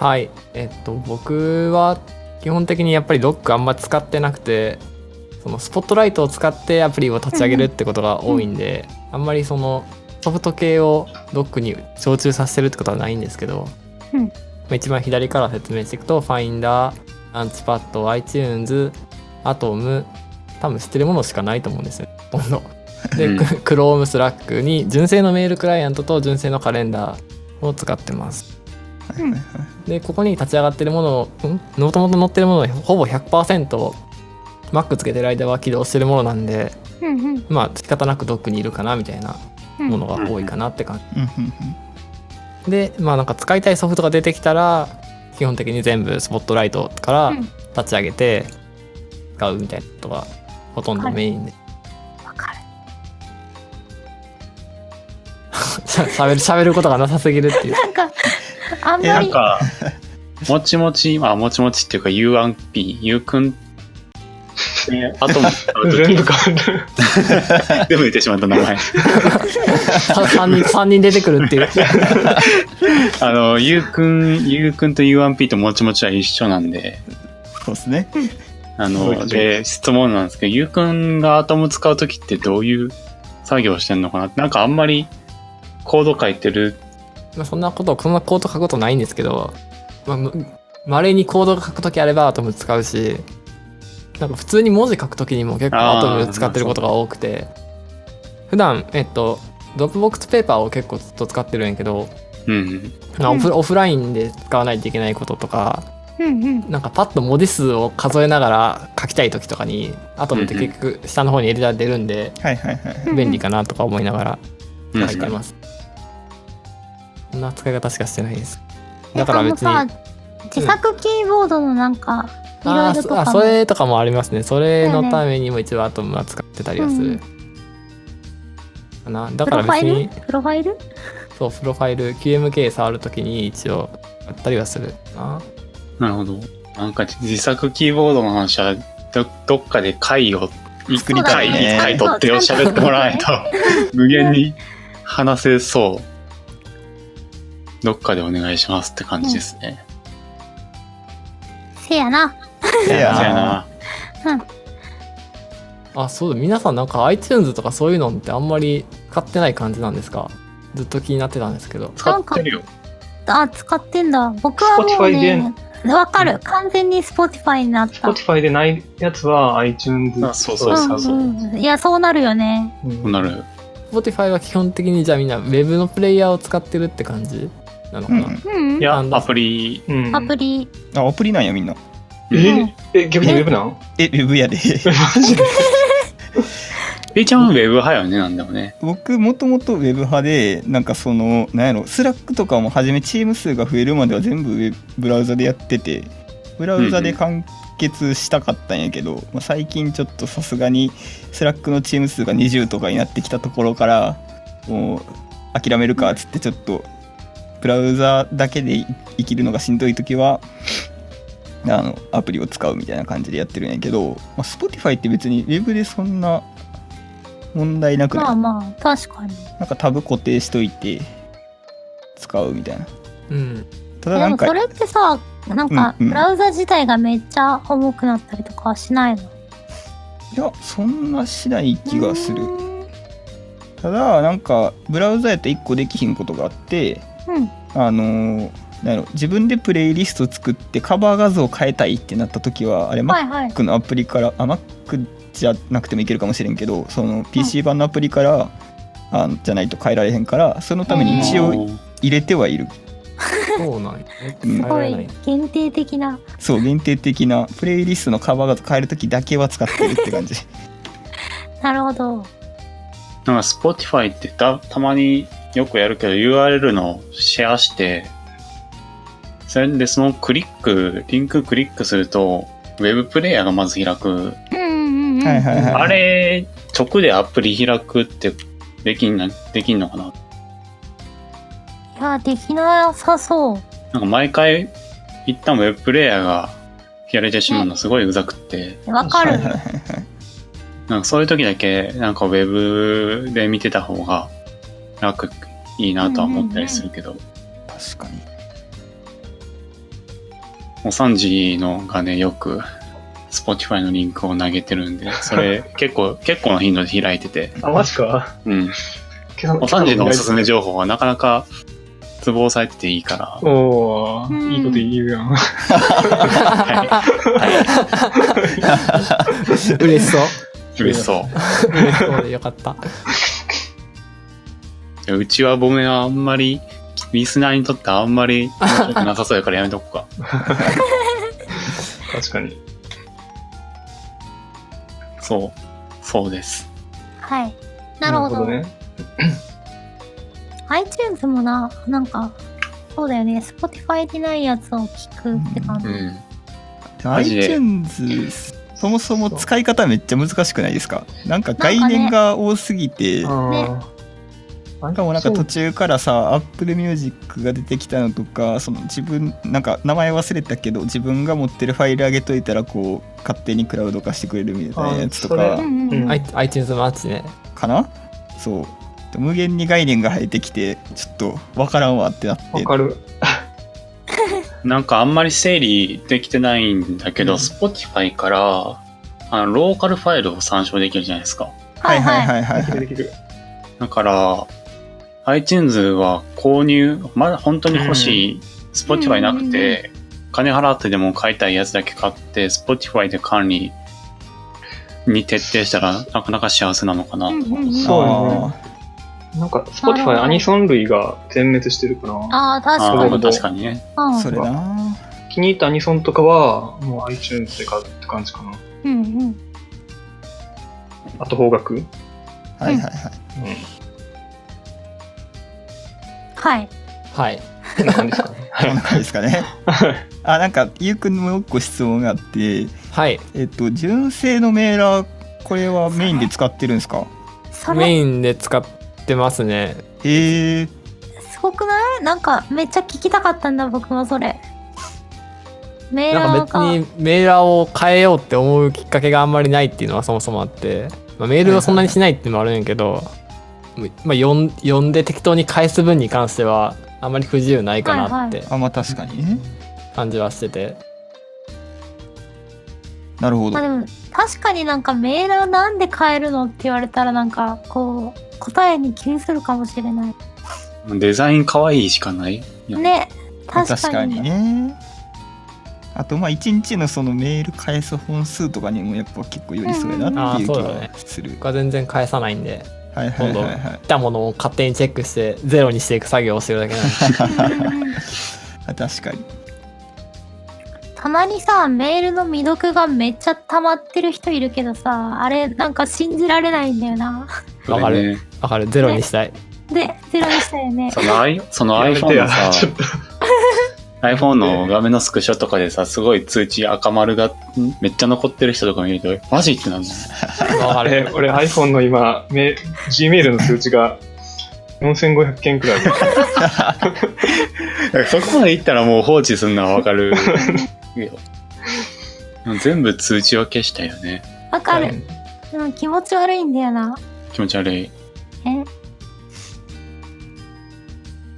[SPEAKER 3] はい、えっと僕は基本的にやっぱりドックあんま使ってなくてそのスポットライトを使ってアプリを立ち上げるってことが多いんで、あんまりそのソフト系をドックに常駐させてるってことはないんですけど、
[SPEAKER 1] うん
[SPEAKER 3] まあ一番左から説明していくと Finder、Launchpad、iTunes、Atom 多分知ってるものしかないと思うんですよほとんど。で、
[SPEAKER 4] うん
[SPEAKER 3] Chrome、Slack に純正のメールクライアントと純正のカレンダーを使ってます。でここに立ち上がってるものをんもともと載ってるものをほぼ 100%Mac つけてる間は起動してるものなんで
[SPEAKER 1] うんうん
[SPEAKER 3] まあ仕方なくドックにいるかなみたいな
[SPEAKER 1] うん。
[SPEAKER 3] ものが多いかなって感
[SPEAKER 2] う
[SPEAKER 3] じ、
[SPEAKER 2] んうんうん
[SPEAKER 3] でまあなんか使いたいソフトが出てきたら基本的に全部スポットライトから
[SPEAKER 1] うん
[SPEAKER 3] 立ち上げて使うみたいなことがほとんどメインで、
[SPEAKER 1] わかる。
[SPEAKER 3] しゃしゃべるしゃべることがなさすぎるっていう
[SPEAKER 1] なんか、あん
[SPEAKER 2] え
[SPEAKER 1] ま
[SPEAKER 4] なん
[SPEAKER 1] り。
[SPEAKER 4] か、もちもち、あ、もちもちっていうか U1P、U くん、ねあとも、
[SPEAKER 5] 全部変わる。
[SPEAKER 4] 全部言ってしまった名前。
[SPEAKER 3] 3人三人出てくるっていう
[SPEAKER 4] あの、ゆうくん、ゆうくんと U1P ともちもちは一緒なんで、
[SPEAKER 2] そうですね。
[SPEAKER 4] あ
[SPEAKER 5] そうで
[SPEAKER 4] の、
[SPEAKER 5] すね
[SPEAKER 4] で、質問なんですけど、ゆうくんがアトム使うときってどういう作業してんのかななんかあんまりコード書いてる。
[SPEAKER 3] まあ、そんなこと、こんなコード書くことないんですけど、まあむ、稀にコード書くときあればアトム使うし、なんか普通に文字書くときにも結構ア
[SPEAKER 4] あー
[SPEAKER 3] トム使ってることが多くて、普段、えっと、ドロップボックスペーパーを結構ずっと使ってるんやけど、
[SPEAKER 4] うん。
[SPEAKER 3] まあオフ
[SPEAKER 1] うん
[SPEAKER 3] オフラインで使わないといけないこととか、
[SPEAKER 1] うんうん。
[SPEAKER 3] なんかパッと文字数を数えながら書きたいときとかに、アトムって結局下の方にエディター出るんで、
[SPEAKER 2] はいはいはい。
[SPEAKER 1] うん
[SPEAKER 3] 便利かなとか思いながら
[SPEAKER 4] うん
[SPEAKER 3] 書いてます。そんな使い方しかしてないです。
[SPEAKER 1] え
[SPEAKER 3] だから別に。
[SPEAKER 1] あのさ自作キーボードのなんか、いろ
[SPEAKER 3] あ
[SPEAKER 1] いろ
[SPEAKER 3] ー
[SPEAKER 1] と
[SPEAKER 3] そあ
[SPEAKER 1] か
[SPEAKER 3] そ
[SPEAKER 1] も。
[SPEAKER 3] れとかもありますねそれ
[SPEAKER 1] だよね
[SPEAKER 3] のためにも一応アトムは使ってたりはす
[SPEAKER 1] うんう
[SPEAKER 3] る
[SPEAKER 1] ん
[SPEAKER 3] かなだ
[SPEAKER 1] プロ
[SPEAKER 3] から
[SPEAKER 1] ファ
[SPEAKER 3] 別
[SPEAKER 1] イ
[SPEAKER 3] に
[SPEAKER 1] ルプロファイル
[SPEAKER 3] そうプロファイル QMK 触るときに一応やったりはするか
[SPEAKER 4] なるほど。なんか自作キーボードの話は、どどっかで回を、一
[SPEAKER 2] 作りたいね
[SPEAKER 4] 回一回取ってよ、喋ってもらわないと、 無限に話せそう。どっかでお願いしますって感じですね。
[SPEAKER 1] せやな。
[SPEAKER 2] せや
[SPEAKER 3] うん
[SPEAKER 4] そうや
[SPEAKER 2] な。
[SPEAKER 4] な。
[SPEAKER 3] なあそうだ皆さんなんか iTunes とかそういうのってあんまり使ってない感じなんですかずっと気になってたんですけど
[SPEAKER 4] 使ってるよ。
[SPEAKER 1] あ、使ってんだ。僕はもうね、わかる。完全に Spotify になった。
[SPEAKER 5] Spotify でないやつは iTunes
[SPEAKER 4] あそうそうそうそう。
[SPEAKER 1] んうんうん。いや、そうなるよね。
[SPEAKER 5] うん
[SPEAKER 4] こうなる。
[SPEAKER 3] Spotify は基本的にじゃあみんな Web のプレイヤーを使ってるって感じなのか
[SPEAKER 2] う
[SPEAKER 3] な、
[SPEAKER 2] ん。
[SPEAKER 1] うん
[SPEAKER 5] い。や
[SPEAKER 3] なんだ
[SPEAKER 4] アプリ、
[SPEAKER 5] うん
[SPEAKER 1] アプリ。
[SPEAKER 2] あ、アプリなんやみんな。
[SPEAKER 1] うん
[SPEAKER 5] ええ、逆にウェブなん
[SPEAKER 2] え、ウェブやで。
[SPEAKER 4] ピーちゃんはウェブ派よね、なんでもね。
[SPEAKER 2] 僕もともとウェブ派でなんかそのなんやろスラックとかもはじめチーム数が増えるまでは全部ウェブブラウザでやっててブラウザで完結したかったんやけど、まあ、最近ちょっとさすがにスラックのチーム数が20とかになってきたところからもう諦めるかっつってちょっとブラウザだけで生きるのがしんどい時はあのアプリを使うみたいな感じでやってるんやけど、まあ、Spotify って別にウェブでそんな問題なくない
[SPEAKER 1] まあまあ、確かに。
[SPEAKER 2] なんかタブ固定しといて使うみたいな。
[SPEAKER 3] うん
[SPEAKER 2] ただ
[SPEAKER 1] で
[SPEAKER 2] なん
[SPEAKER 1] も
[SPEAKER 2] か
[SPEAKER 1] それってさ、なんか、
[SPEAKER 2] うんうん
[SPEAKER 1] ブラウザ自体がめっちゃ重くなったりとかはしないの
[SPEAKER 2] いやそんなしない気がす
[SPEAKER 1] う
[SPEAKER 2] る。
[SPEAKER 1] ん
[SPEAKER 2] ただなんかブラウザやと1個できひんことがあって
[SPEAKER 1] うん。
[SPEAKER 2] あのーなんやろ自分でプレイリスト作ってカバー画像変えたいってなった時はあれ
[SPEAKER 1] はいはい。
[SPEAKER 2] Mac のアプリからあ Mac じゃなくてもいけるかもしれんけどその PC 版のアプリから、あじゃないと変えられへんからそのために一応
[SPEAKER 4] うん
[SPEAKER 2] 入れてはいる
[SPEAKER 3] そうなんや。
[SPEAKER 2] うん
[SPEAKER 1] すご
[SPEAKER 3] 入らない
[SPEAKER 1] い限定的な。
[SPEAKER 2] そう限定的なプレイリストのカバーが変える時だけは使ってるって感じ
[SPEAKER 1] なるほど。
[SPEAKER 4] なんか Spotify ってたたまによくやるけど URL のシェアして、それでそのクリック、リンククリックすると、ウェブプレイヤーがまず開く。
[SPEAKER 1] うんうんうん。
[SPEAKER 2] はいはいはい
[SPEAKER 4] あれ、直でアプリ開くってできんな、できんのかない
[SPEAKER 1] や、できなさそう。
[SPEAKER 4] なんか毎回、一旦ウェブプレイヤーがやれてしまうのすごいうざくって、
[SPEAKER 1] わかる。
[SPEAKER 4] なんかそういう時だけ、なんかウェブで見てた方が楽、いいなとは思ったりするけど、
[SPEAKER 2] 確かに
[SPEAKER 4] おさんじのがね、よく、Spotify のリンクを投げてるん で、それ結構、結構な頻度で開いてて、
[SPEAKER 5] あ、マジか。
[SPEAKER 4] うん。
[SPEAKER 5] 今朝
[SPEAKER 4] おさんじのおすすめ情報はなかなか、ツボされてていいから、
[SPEAKER 5] おー、
[SPEAKER 1] うん
[SPEAKER 5] いいこと言うやん。
[SPEAKER 3] 嬉しそう。
[SPEAKER 4] 嬉
[SPEAKER 3] 嬉し
[SPEAKER 4] しそ
[SPEAKER 3] そうでよかった。
[SPEAKER 4] う。うちはボメはあんまり、リスナーにとってあんまり面白くなさそうやからやめとこうか。
[SPEAKER 5] 確かに。
[SPEAKER 4] そう。そうです。
[SPEAKER 1] はい。なるほど。
[SPEAKER 5] ね。
[SPEAKER 1] iTunes もな、なんか、そうだよね。Spotify でないやつを聞くって感じ。
[SPEAKER 4] うん。
[SPEAKER 2] で
[SPEAKER 4] マジで
[SPEAKER 2] iTunes そもそも使い方めっちゃ難しくないですかなんか概念が多すぎて、
[SPEAKER 5] あー
[SPEAKER 2] しかもなんか途中からさ Apple Music が出てきたのとかその自分なんか名前忘れたけど自分が持ってるファイル上げといたらこう勝手にクラウド化してくれるみたいなやつと
[SPEAKER 5] あ
[SPEAKER 2] か
[SPEAKER 1] う
[SPEAKER 5] そ
[SPEAKER 1] ん
[SPEAKER 5] れ
[SPEAKER 1] うん。
[SPEAKER 5] うん
[SPEAKER 3] アイ iTunes マッチね。
[SPEAKER 2] かなそうで無限に概念が生えてきてちょっとわからんわってなっ
[SPEAKER 5] わ
[SPEAKER 2] て
[SPEAKER 5] かる。
[SPEAKER 4] なんかあんまり整理できてないんだけど、
[SPEAKER 5] うん
[SPEAKER 4] Spotify から、あの、ローカルファイルを参照できるじゃないですか。
[SPEAKER 2] はいはい
[SPEAKER 1] い。
[SPEAKER 2] はいはい
[SPEAKER 5] できる
[SPEAKER 2] はい
[SPEAKER 5] できる。
[SPEAKER 4] だから、iTunes は購入、まだ本当に欲しい、Spotify なくて、金払ってでも買いたいやつだけ買って、Spotify で管理に徹底したら、なかなか幸せなのかなと
[SPEAKER 1] うん
[SPEAKER 4] 思
[SPEAKER 1] うんうん。
[SPEAKER 5] そうやね
[SPEAKER 2] あー
[SPEAKER 5] なんか、
[SPEAKER 1] なるほ
[SPEAKER 5] Spotify
[SPEAKER 1] ど
[SPEAKER 5] アニソン類が全滅してるから、
[SPEAKER 1] ああ、
[SPEAKER 4] あ
[SPEAKER 1] 確
[SPEAKER 4] あ
[SPEAKER 1] か
[SPEAKER 4] まあ
[SPEAKER 1] に。
[SPEAKER 4] 確かにね。
[SPEAKER 1] うん
[SPEAKER 2] それな
[SPEAKER 5] 気に入ったアニソンとかは、もう iTunes で買うって感じかな。
[SPEAKER 1] うんうん。
[SPEAKER 5] あと方角。うん。
[SPEAKER 2] はいはいはい
[SPEAKER 1] はい。
[SPEAKER 3] はい。
[SPEAKER 5] こんな感じですかね。
[SPEAKER 2] こんな感じですかねあなんかゆうくんにもう一個質問があって
[SPEAKER 3] はい。
[SPEAKER 2] えっと純正のメーラーこれはメインで使ってるんですか
[SPEAKER 1] そ
[SPEAKER 3] メ
[SPEAKER 1] れ、
[SPEAKER 3] インで使ってますね。
[SPEAKER 2] へえ
[SPEAKER 1] すごくないなんか、めっちゃ聞きたかったんだ、僕もそれ。メー
[SPEAKER 3] な
[SPEAKER 1] ラ
[SPEAKER 3] ん
[SPEAKER 1] ー
[SPEAKER 3] か
[SPEAKER 1] が。
[SPEAKER 3] 別にメーラーを変えようって思うきっかけがあんまりないっていうのはそもそもあって、まあ、メールをそんなにしないっていうのもあるんやけど、まあ、読ん読んで適当に返す分に関してはあんまり不自由ないかなって
[SPEAKER 2] あまあ確かにね
[SPEAKER 3] 感じはしてて、
[SPEAKER 2] なるほ
[SPEAKER 1] ま
[SPEAKER 2] ど
[SPEAKER 1] あでも、確かになんかメーラーなんで変えるのって言われたら、なんか、こう、答えに気にするかもしれない。
[SPEAKER 4] デザイン可愛いしかない。
[SPEAKER 1] ね。
[SPEAKER 2] まあ
[SPEAKER 1] 確かに。
[SPEAKER 2] ねあとまあ一日のそのメール返す本数とかにもやっぱ結構寄り添うやなっていう気
[SPEAKER 3] うんうんうんあーそうだね
[SPEAKER 2] がする、
[SPEAKER 3] 僕は全然返さないんで
[SPEAKER 2] はいは
[SPEAKER 3] 今
[SPEAKER 2] い
[SPEAKER 3] 度
[SPEAKER 2] はいはい
[SPEAKER 3] 来たものを勝手にチェックしてゼロにしていく作業をしてるだけなんで
[SPEAKER 2] あ確かに
[SPEAKER 1] たまにさメールの未読がめっちゃ溜まってる人いるけどさあれなんか信じられないんだよな
[SPEAKER 3] わかる
[SPEAKER 4] それね
[SPEAKER 3] わかるゼロにしたい
[SPEAKER 1] でゼロにしたよね
[SPEAKER 4] その i- その iPhone の さ、iPhone の画面のスクショとかでさ、すごい通知赤丸がんめっちゃ残ってる人とか見ると、マジってなんだよ。
[SPEAKER 3] わか
[SPEAKER 5] あれ
[SPEAKER 3] る、
[SPEAKER 5] 俺 iPhone の今、め Gmail の数値が4500件くらい。
[SPEAKER 4] そこまでいったらもう放置するのはわかるよ。全部通知を消したよね。
[SPEAKER 1] わかる、うん、気持ち悪いんだよな
[SPEAKER 4] 気持ち悪い。
[SPEAKER 1] え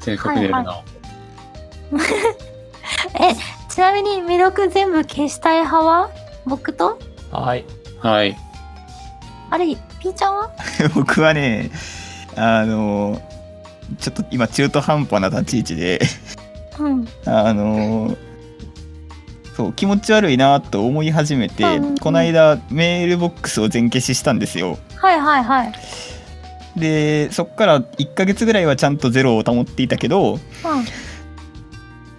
[SPEAKER 4] 性格出るな。
[SPEAKER 1] はいちなみに未読全部消したい派は僕と
[SPEAKER 3] はい
[SPEAKER 4] はい。
[SPEAKER 1] あれピーちゃんは
[SPEAKER 2] 僕はねあのちょっと今中途半端な立ち位置で
[SPEAKER 1] うん
[SPEAKER 2] あのそう気持ち悪いなと思い始めて、
[SPEAKER 1] うん
[SPEAKER 2] この間メールボックスを全消ししたんですよ
[SPEAKER 1] はいはいはい
[SPEAKER 2] でそっから1ヶ月ぐらいはちゃんとゼロを保っていたけど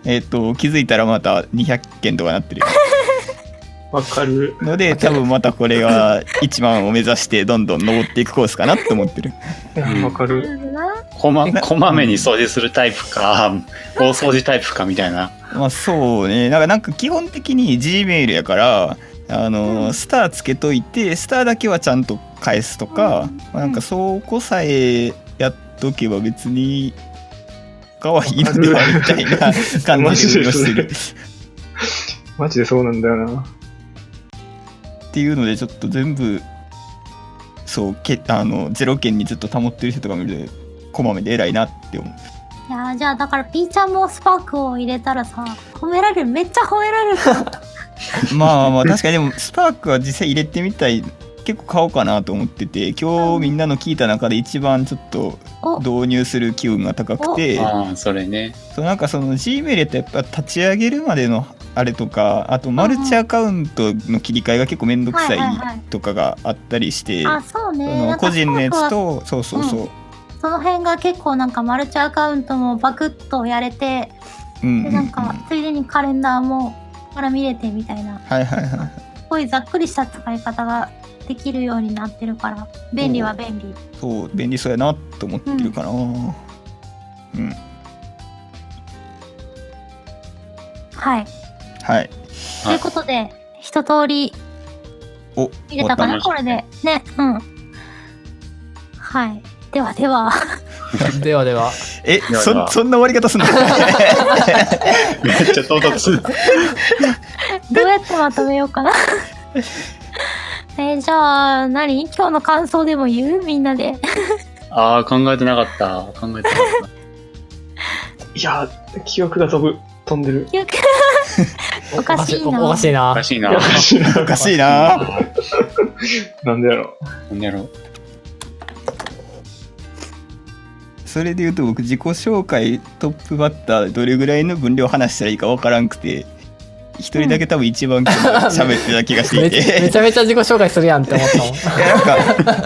[SPEAKER 2] えっ、と、気づいたらまた200件とかなってる
[SPEAKER 5] わかる。
[SPEAKER 2] ので、多分またこれが1万を目指してどんどん登っていくコースかなと思ってる。
[SPEAKER 5] いや
[SPEAKER 4] うん
[SPEAKER 5] わかる。
[SPEAKER 1] な
[SPEAKER 4] こ まこまめに掃除するタイプか、大掃除タイプかみたいな。
[SPEAKER 2] まあそうねなんかなんか基本的に G メールやからあの、
[SPEAKER 1] うん
[SPEAKER 2] スターつけといてスターだけはちゃんと返すとか、
[SPEAKER 1] うん
[SPEAKER 2] まあ、なんかそこさえやっとけば別に可愛いのではみたいな 感じで運用してる
[SPEAKER 5] マジでそうなんだよな。
[SPEAKER 2] っていうのでちょっと全部そうけあの0件にずっと保ってる人とか見るとこまめで偉いなって思う
[SPEAKER 1] いやーじゃあだからピーちゃんもスパークを入れたらさ褒められるめっちゃ褒められ る
[SPEAKER 2] まあまあ確かにでもスパークは実際入れてみたい結構買おうかなと思ってて今日みんなの聞いた中で一番ちょっと
[SPEAKER 1] お
[SPEAKER 2] 導入する機運が高くて
[SPEAKER 4] ああ、それね。
[SPEAKER 2] そのなんかその G メールってやっぱ立ち上げるまでのあれとかあとマルチアカウントの切り替えが結構面倒くさい
[SPEAKER 1] はいはいはい
[SPEAKER 2] とかがあったりして、
[SPEAKER 1] あそうね
[SPEAKER 2] そ
[SPEAKER 1] な
[SPEAKER 2] の
[SPEAKER 1] んか
[SPEAKER 2] 個人のや
[SPEAKER 1] スパー
[SPEAKER 2] つ
[SPEAKER 1] クは
[SPEAKER 2] とそうそうそう、
[SPEAKER 1] その辺が結構なんかマルチアカウントもバクッとやれて
[SPEAKER 2] うんうん
[SPEAKER 1] で
[SPEAKER 2] うん
[SPEAKER 1] なんかついでにカレンダーもから見れてみたいな
[SPEAKER 2] はいはいはい
[SPEAKER 1] すごいざっくりした使い方ができるようになってるから便利は便利
[SPEAKER 2] そう便利そうやなと思ってるかなうん、
[SPEAKER 1] はい
[SPEAKER 2] はい
[SPEAKER 1] ということで一通り
[SPEAKER 2] お
[SPEAKER 1] 入れたか
[SPEAKER 4] わ
[SPEAKER 1] なこ
[SPEAKER 4] か
[SPEAKER 1] れでねうんはいではで は
[SPEAKER 3] ではでは
[SPEAKER 2] え
[SPEAKER 4] や
[SPEAKER 2] そそんな終わり方すんの
[SPEAKER 4] めっちゃ唐突。
[SPEAKER 1] どうやってまとめようかな えーじゃあ何今日の感想でも言うみんな で
[SPEAKER 4] ああ、考えてなかった。考えてなかっ
[SPEAKER 5] いや、記憶が飛ぶ。飛ん でる。
[SPEAKER 1] 言うか おかしいな
[SPEAKER 3] おおかしい
[SPEAKER 4] た。お
[SPEAKER 3] な
[SPEAKER 4] かしい
[SPEAKER 5] いや
[SPEAKER 4] な
[SPEAKER 5] お。かしいな。
[SPEAKER 2] おかしいな
[SPEAKER 5] なんでやろ
[SPEAKER 4] なんやろ。
[SPEAKER 2] それで言うと僕自己紹介トップバッターどれぐらいの分量話したらいいかわからんくて一人だけ多分一番今日喋ってた気がして
[SPEAKER 3] め
[SPEAKER 2] い
[SPEAKER 3] ちゃめ
[SPEAKER 2] て
[SPEAKER 3] ちゃめちゃ自己紹介するやんって思 ったもん
[SPEAKER 2] いやなんか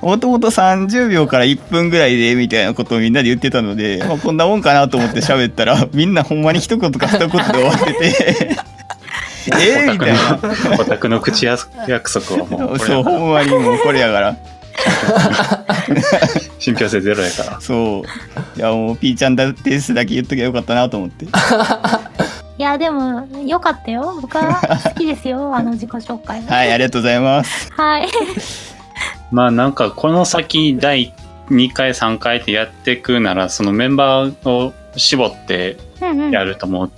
[SPEAKER 2] もともと30秒から1分ぐらいでみたいなことをみんなで言ってたので、まあ、こんなもんかなと思って喋ったらみんなほんまに一言か二言で終わってて えーみたいな。
[SPEAKER 4] オタクの 口やす約束はもう、これ
[SPEAKER 2] そう
[SPEAKER 4] は
[SPEAKER 2] ほんまにもうこれやから
[SPEAKER 4] 信憑性ゼロやから。
[SPEAKER 2] そういやもうピーちゃんだですだけ言っときゃよかったなと思って
[SPEAKER 1] いやでもよかったよ僕は好きですよあの自己紹介
[SPEAKER 2] はいありがとうございます
[SPEAKER 1] はい
[SPEAKER 4] まあなんかこの先第2回3回ってやっていくならそのメンバーを絞って
[SPEAKER 1] うんうん
[SPEAKER 4] やると思
[SPEAKER 1] う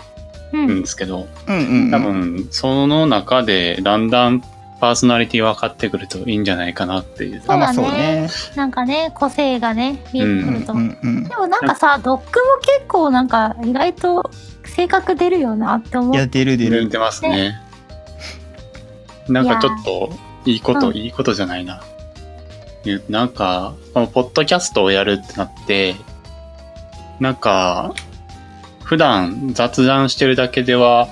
[SPEAKER 4] うん
[SPEAKER 1] ん
[SPEAKER 4] ですけど、
[SPEAKER 2] うんうんうん
[SPEAKER 4] 多分その中でだんだんパーソナリティ分かってくるといいんじゃないかなっていう。
[SPEAKER 2] あまあ
[SPEAKER 1] そ
[SPEAKER 2] そうう
[SPEAKER 1] だね
[SPEAKER 2] ね
[SPEAKER 1] なんかね個性がね見えて
[SPEAKER 2] う
[SPEAKER 1] く
[SPEAKER 2] ん
[SPEAKER 1] ると、
[SPEAKER 2] うんうん
[SPEAKER 1] でもなんかさドックも結構なんか意外と性格出るよなって思
[SPEAKER 2] いうや出る出
[SPEAKER 4] 言っ
[SPEAKER 2] る
[SPEAKER 4] てますね。なんかちょっといいこと、
[SPEAKER 1] うん
[SPEAKER 4] いいことじゃないな。いやなんか、このポッドキャストをやるってなって、なんか、普段雑談してるだけでは、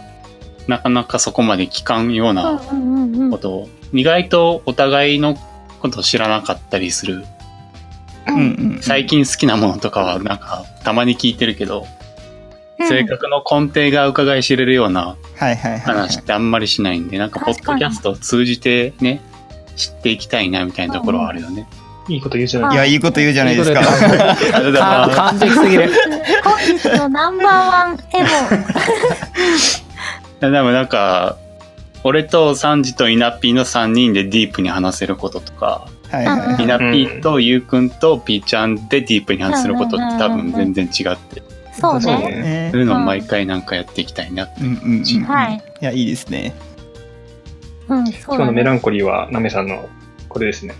[SPEAKER 4] なかなかそこまで聞かんよう
[SPEAKER 1] うん
[SPEAKER 4] な
[SPEAKER 1] うんうんうん
[SPEAKER 4] ことを、意外とお互いのこと知らなかったりする。
[SPEAKER 2] うんうん
[SPEAKER 4] 最近好きなものとかはなんか、たまに聞いてるけど、
[SPEAKER 1] うん
[SPEAKER 4] 性格の根底が伺い知れるような
[SPEAKER 2] はいはいはいはい
[SPEAKER 4] 話ってあんまりしないんで、なんかポ
[SPEAKER 1] 確
[SPEAKER 4] ッド
[SPEAKER 1] かに
[SPEAKER 4] キャストを通じてね、知っていきたいなみたいなところはあるよね。
[SPEAKER 5] う。いいこと言うじゃない
[SPEAKER 2] いやいいこと言うじゃないですか
[SPEAKER 3] いいこと言う
[SPEAKER 4] あ りがとうござい
[SPEAKER 3] か
[SPEAKER 4] ま
[SPEAKER 3] 完璧すぎる
[SPEAKER 1] 本日のナンバーワンエモ
[SPEAKER 4] すでもなんか、俺とサンジとイナピーの3人でディープに話せることとか、
[SPEAKER 2] はいはい
[SPEAKER 1] うん
[SPEAKER 4] イナピーとユウくんとピーちゃんでディープに話せることって多分全然違って、
[SPEAKER 1] そう
[SPEAKER 5] そう
[SPEAKER 1] ね
[SPEAKER 5] ね
[SPEAKER 2] ね
[SPEAKER 4] そういうのを毎回なんかやっていきたいな。
[SPEAKER 2] うんうんうんい
[SPEAKER 1] はい
[SPEAKER 2] やいいですね
[SPEAKER 1] うんそう
[SPEAKER 5] 今日
[SPEAKER 1] だ
[SPEAKER 5] のメ
[SPEAKER 1] ね
[SPEAKER 5] ランコリーは、ナメさんの、これですね。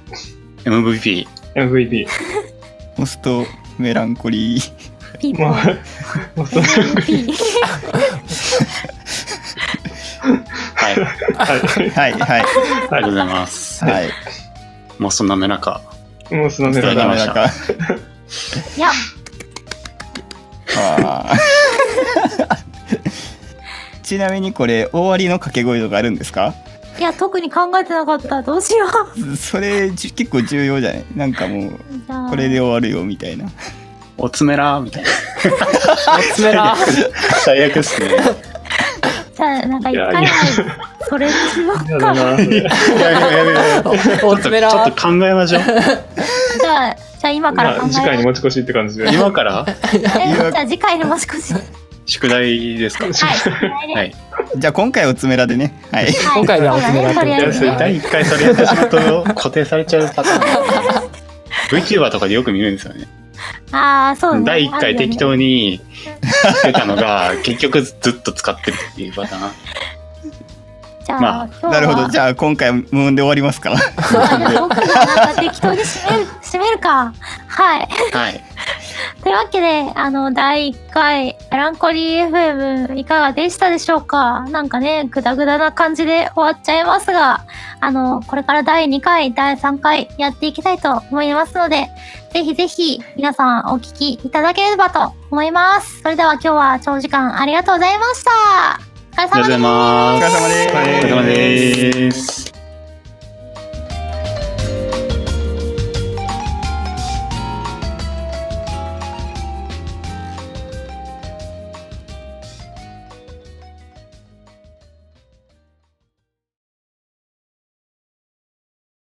[SPEAKER 4] MVP。
[SPEAKER 5] MVP。
[SPEAKER 2] モストメランコリー
[SPEAKER 1] ピー
[SPEAKER 5] もう、もうそれ、
[SPEAKER 1] MVP
[SPEAKER 4] はい。あり
[SPEAKER 5] は
[SPEAKER 2] はいはい
[SPEAKER 4] がとうございます。
[SPEAKER 2] はい
[SPEAKER 4] もうそんなめなか。
[SPEAKER 5] い。もうその
[SPEAKER 2] モ
[SPEAKER 5] メ
[SPEAKER 2] ス
[SPEAKER 5] ラ
[SPEAKER 2] ト
[SPEAKER 5] ン
[SPEAKER 4] そ
[SPEAKER 2] メラ
[SPEAKER 4] れダメ
[SPEAKER 5] コ
[SPEAKER 4] だ
[SPEAKER 2] ンか
[SPEAKER 1] いや
[SPEAKER 2] あー ちなみにこれ終わりの掛け声とかあるんですか
[SPEAKER 1] いや特に考えてなかったどうしよう
[SPEAKER 2] それじゅ結構重要じゃないなんかもう
[SPEAKER 1] じゃあ
[SPEAKER 2] これで終わるよみたいな
[SPEAKER 4] おつめらみたいな。
[SPEAKER 3] 詰めな。
[SPEAKER 4] 最悪っすね。
[SPEAKER 1] じゃあ、なんか一
[SPEAKER 4] いや
[SPEAKER 1] 回
[SPEAKER 4] いや
[SPEAKER 1] は、それにしよう
[SPEAKER 5] やだ
[SPEAKER 1] か。
[SPEAKER 5] な。
[SPEAKER 4] やめようやめよ
[SPEAKER 3] お
[SPEAKER 4] うちょっと
[SPEAKER 3] 詰め
[SPEAKER 4] ちょっ
[SPEAKER 3] な
[SPEAKER 4] と。考えましょう。
[SPEAKER 1] じゃあ、じゃあ今から
[SPEAKER 5] ま
[SPEAKER 1] 考
[SPEAKER 5] あ、次回
[SPEAKER 1] え
[SPEAKER 5] に
[SPEAKER 1] ま
[SPEAKER 5] 持ち越しって感じで。
[SPEAKER 4] 今から
[SPEAKER 1] す。え
[SPEAKER 2] にも
[SPEAKER 1] じゃあ次回にもし越し。 はい。
[SPEAKER 4] 宿題ですか
[SPEAKER 1] はい
[SPEAKER 4] はい。
[SPEAKER 2] じゃあ今回はつめらでね。はい。
[SPEAKER 3] 今回はお詰めな
[SPEAKER 1] そうだねとりあ
[SPEAKER 4] い
[SPEAKER 1] え
[SPEAKER 4] や
[SPEAKER 1] ず
[SPEAKER 4] それ
[SPEAKER 1] ね。
[SPEAKER 4] 第1回それやった仕事を固定されちゃうパターン VTuber とかでよく見るんですよね
[SPEAKER 1] ああ、そうね。
[SPEAKER 4] 第1回適当に出たのが結局ずっと使ってるっていうパターン
[SPEAKER 1] じゃあ、
[SPEAKER 4] まあ
[SPEAKER 1] 今日は
[SPEAKER 2] なるほど。じゃあ今回は無音で終わりますか。
[SPEAKER 1] あじゃあ 僕がなんか適当に締める、締めるか。はい。
[SPEAKER 4] はい
[SPEAKER 1] というわけで、あの、第1回、メランコリー FM いかがでしたでしょうかなんかね、グダグダな感じで終わっちゃいますが、あの、これから第2回、第3回やっていきたいと思いますので、ぜひぜひ皆さんお聞きいただければと思います。それでは今日は長時間ありがとうございました。お疲れ
[SPEAKER 4] ありがとう
[SPEAKER 1] 様
[SPEAKER 4] ご
[SPEAKER 1] で
[SPEAKER 4] ざ
[SPEAKER 1] す
[SPEAKER 4] い。ま
[SPEAKER 2] お疲れ様
[SPEAKER 4] す
[SPEAKER 2] です
[SPEAKER 4] お疲れ様です